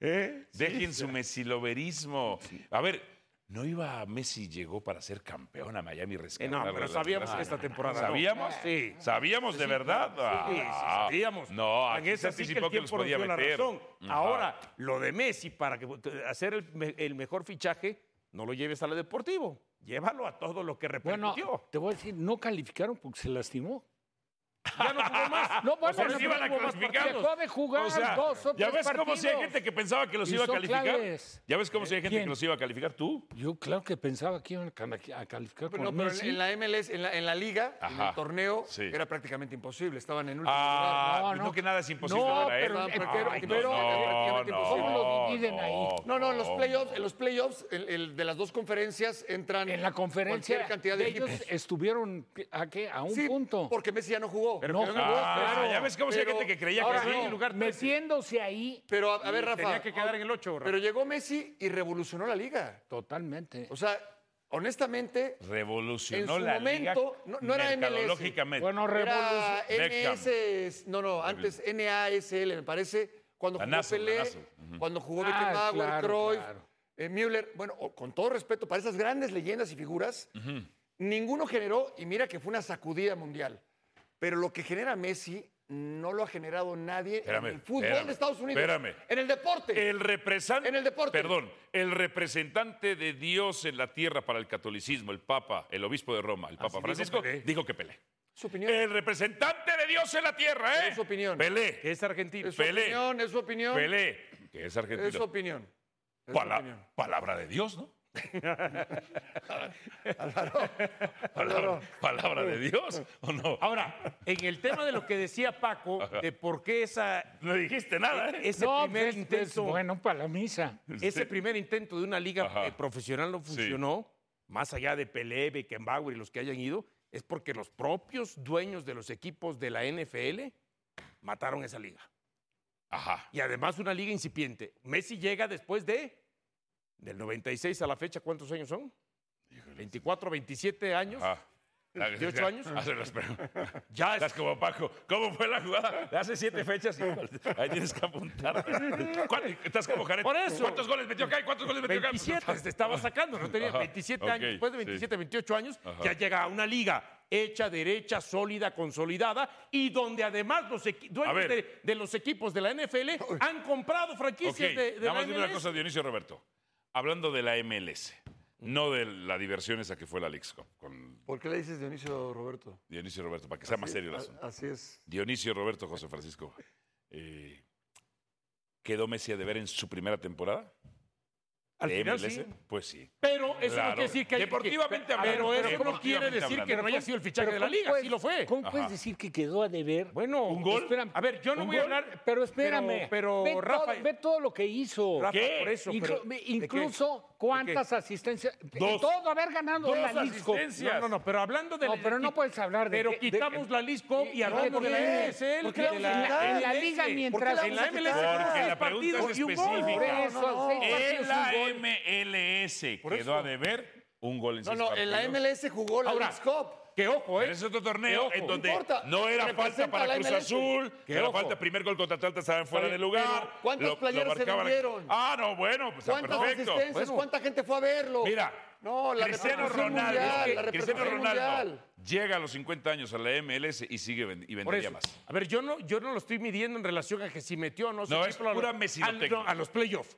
17. Dejen su mesiloverismo. A ver, ¿no iba Messi llegó para ser campeón a Miami rescatar? Eh, no, la- pero la- sabíamos la- que esta temporada no. ¿Sabíamos? Sí. ¿Sabíamos de Sí, verdad? sí, sí, Ah, sabíamos. No, Tan aquí es se así anticipó el que tiempo nos nos podía dio la meter. razón. Ajá. Ahora, lo de Messi para que eh, hacer el, me- el mejor fichaje, no lo lleves a lo deportivo. Llévalo a todo lo que Bueno, repercutió. te voy a decir, no calificaron porque se lastimó. Ya no jugó más. No, bueno, O sea, no los iban a jugó más clasificar. partidos. Dejó de jugar O sea, dos o ¿Ya ves tres cómo si hay partidos. gente que pensaba que los Y iba a son calificar? claves. ¿Ya ves cómo si hay gente ¿Quién? que los iba a calificar? ¿Tú? Yo claro que pensaba que iban a cali- a calificar Bueno, con Pues pero Messi. en la MLS, en la, en la liga, en Ajá, el torneo, sí. era prácticamente imposible. Estaban en último Ah, lugar. pues no, que nada es imposible No, para él. pero- Ay, pero- no, pero- no, prácticamente imposible. no, ¿Cómo lo dividen ahí? No, no, en los ¿cómo? playoffs, en los playoffs, el, el de las dos conferencias entran En la conferencia cualquier cantidad de ellos equipos. estuvieron a qué a un Sí, punto. Porque Messi ya no jugó. Pero No que- jugó, Ah, claro. ya ves cómo si hay Pero- gente que creía que ahora sí. no. lugar metiéndose ahí Pero a, a ver, Y Rafa. tenía que quedar ah, en el ocho, Rafa. Pero llegó Messi y revolucionó la liga. totalmente. O sea, honestamente, en Revolucionó su la momento, liga no, no era MLS. mercadológicamente. era Beckham. NS, no, no, antes NASL, me parece, cuando jugó Danazo, Pelé, Danazo. Ujú. cuando jugó Ah, Beckenbauer, claro, Cruyff, claro. eh, Müller. Bueno, o- con todo respeto, para esas grandes leyendas y figuras, ninguno generó, y mira que fue una sacudida mundial, pero lo que genera Messi no lo ha generado nadie Espérame, en el fútbol espérame, de Estados Unidos. espérame. En el deporte. El representante, En el deporte. Perdón, el representante de Dios en la tierra para el catolicismo, el Papa, el obispo de Roma, el Papa dijo Francisco, Pelé. dijo que Pelé. Su opinión. El representante de Dios en la tierra, ¿eh? Es su opinión. Pelé. Que es argentino. Es su Pelé. opinión, es su opinión. Pelé, que es argentino. Es su opinión. Es su Pala- opinión. Palabra de Dios, ¿no? Álvaro. palabra, palabra de Dios, ¿o no? Ahora, en el tema de lo que decía Paco, de por qué esa, e, No dijiste nada, ¿eh? ese No, primer pues, pues, intento, bueno, para la misa. ese primer intento de una liga eh, profesional no funcionó, más allá de Pelé, Beckenbauer y los que hayan ido, es porque los propios dueños de los equipos de la NFL mataron esa liga. Ajá. Y además una liga incipiente. Messi llega después de del 96 a la fecha, ¿cuántos años son? 24, 27 años. Ah. 28 años. Ah, se las pregunto. Ya es- Estás como Paco. ¿Cómo fue la jugada? Hace siete fechas. Ahí tienes que apuntar. ¿Cuál- Estás como Jared. Por eso. ¿Cuántos goles metió Kai? ¿Cuántos goles metió Kai? 27, te estaba sacando, no tenía Ajá, 27 ok, años, después de sí. 27, 28 años, Ajá. ya llega a una liga hecha, derecha, sólida, consolidada, y donde además los equi- dueños ver. de, de los equipos de la NFL han comprado franquicias Ok, este? de, de nada la más dime una MLS. cosa, Dionisio Roberto. Hablando de la MLS, no de la diversión esa que fue la Leagues Cup con ¿Por qué le dices Dionisio Roberto? Dionisio Roberto, para que ¿Ah, sea más serio el A- asunto. Así es. Dionisio Roberto José Francisco. eh, ¿Quedó Messi a deber en su primera temporada? Al ¿De final MLS? sí. Pues sí. Pero eso no Claro. quiere decir que... hay- Deportivamente que- hablando, Pero eso no deportivamente quiere decir que hablando. no haya sido el fichaje Pero de la ¿cómo liga, puedes- sí lo fue. ¿Cómo puedes Ajá. decir que quedó a deber? Bueno, ¿Un gol? espérame. A ver, yo no ¿Un voy a gol? hablar- Pero espérame. pero, ve Rafa- todo, ve todo lo que hizo. Rafa, ¿Qué? por eso, Inclu- pero- me- ¿de qué? incluso cuántas asistencias. Dos. Todo haber ganado Dos la Lisco. asistencias. No, no, no, pero hablando de No, pero no puedes hablar de Pero que- de- quitamos la Lisco y hablamos de la NSL. ¿Por qué la de vamos a quitar? En la liga MLS. mientras- ¿Por qué la- en la MLS Porque seis la pregunta partidos es y un gol. específica. Por eso, no, seis En partidos, la un gol. MLS Por quedó eso. a deber un gol en No, seis no, en la partidos. MLS jugó la Ahora, Leagues Cup. Que ojo, ¿eh? Pero es otro torneo Ojo. en donde No importa, no era representa falta para la Cruz MLS. Azul, Que era ojo. falta primer gol contra Atlanta, estaban fuera de lugar. Pero, ¿cuántas playeras se marcaban- vendieron? Ah, no, bueno, pues está ¿Cuántas perfecto. asistencias? Bueno, ¿Cuánta gente fue a verlo? Mira, No, la Cristiano repercusión Ronaldo, mundial, Cristiano la repercusión Ronaldo mundial. llega a los 50 años a la MLS y sigue vend- y Por vendería eso. más. A ver, yo no, yo no lo estoy midiendo en relación a que si metió o no. su No, equipo es a lo- pura al- mesilotecnia. no, a los playoffs.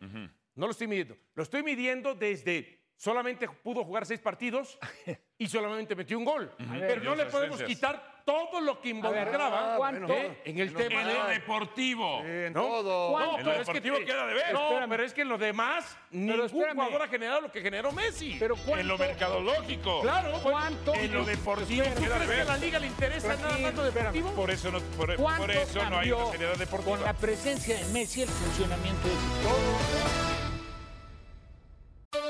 No lo estoy midiendo. Lo estoy midiendo desde solamente pudo jugar seis partidos y solamente metió un gol. Pero no Dios, le podemos asistencias. quitar todo lo que involucraba Ah, ¿cuánto? ¿eh? en el tema En de... lo deportivo. En ¿No? todo. ¿Cuánto? No, En lo pero es que deportivo queda de ver. No, Espérame. pero es que en lo demás ningún espérame. jugador ha generado lo que generó Messi. Pero cuánto. En lo mercadológico. claro, bueno, ¿Cuánto? En lo deportivo ¿Tú queda crees de que a ver. la liga le interesa nada más lo deportivo? Por eso no, por, por ¿Cuánto eso no hay cambió una seriedad deportiva. Con la presencia de Messi, el funcionamiento de su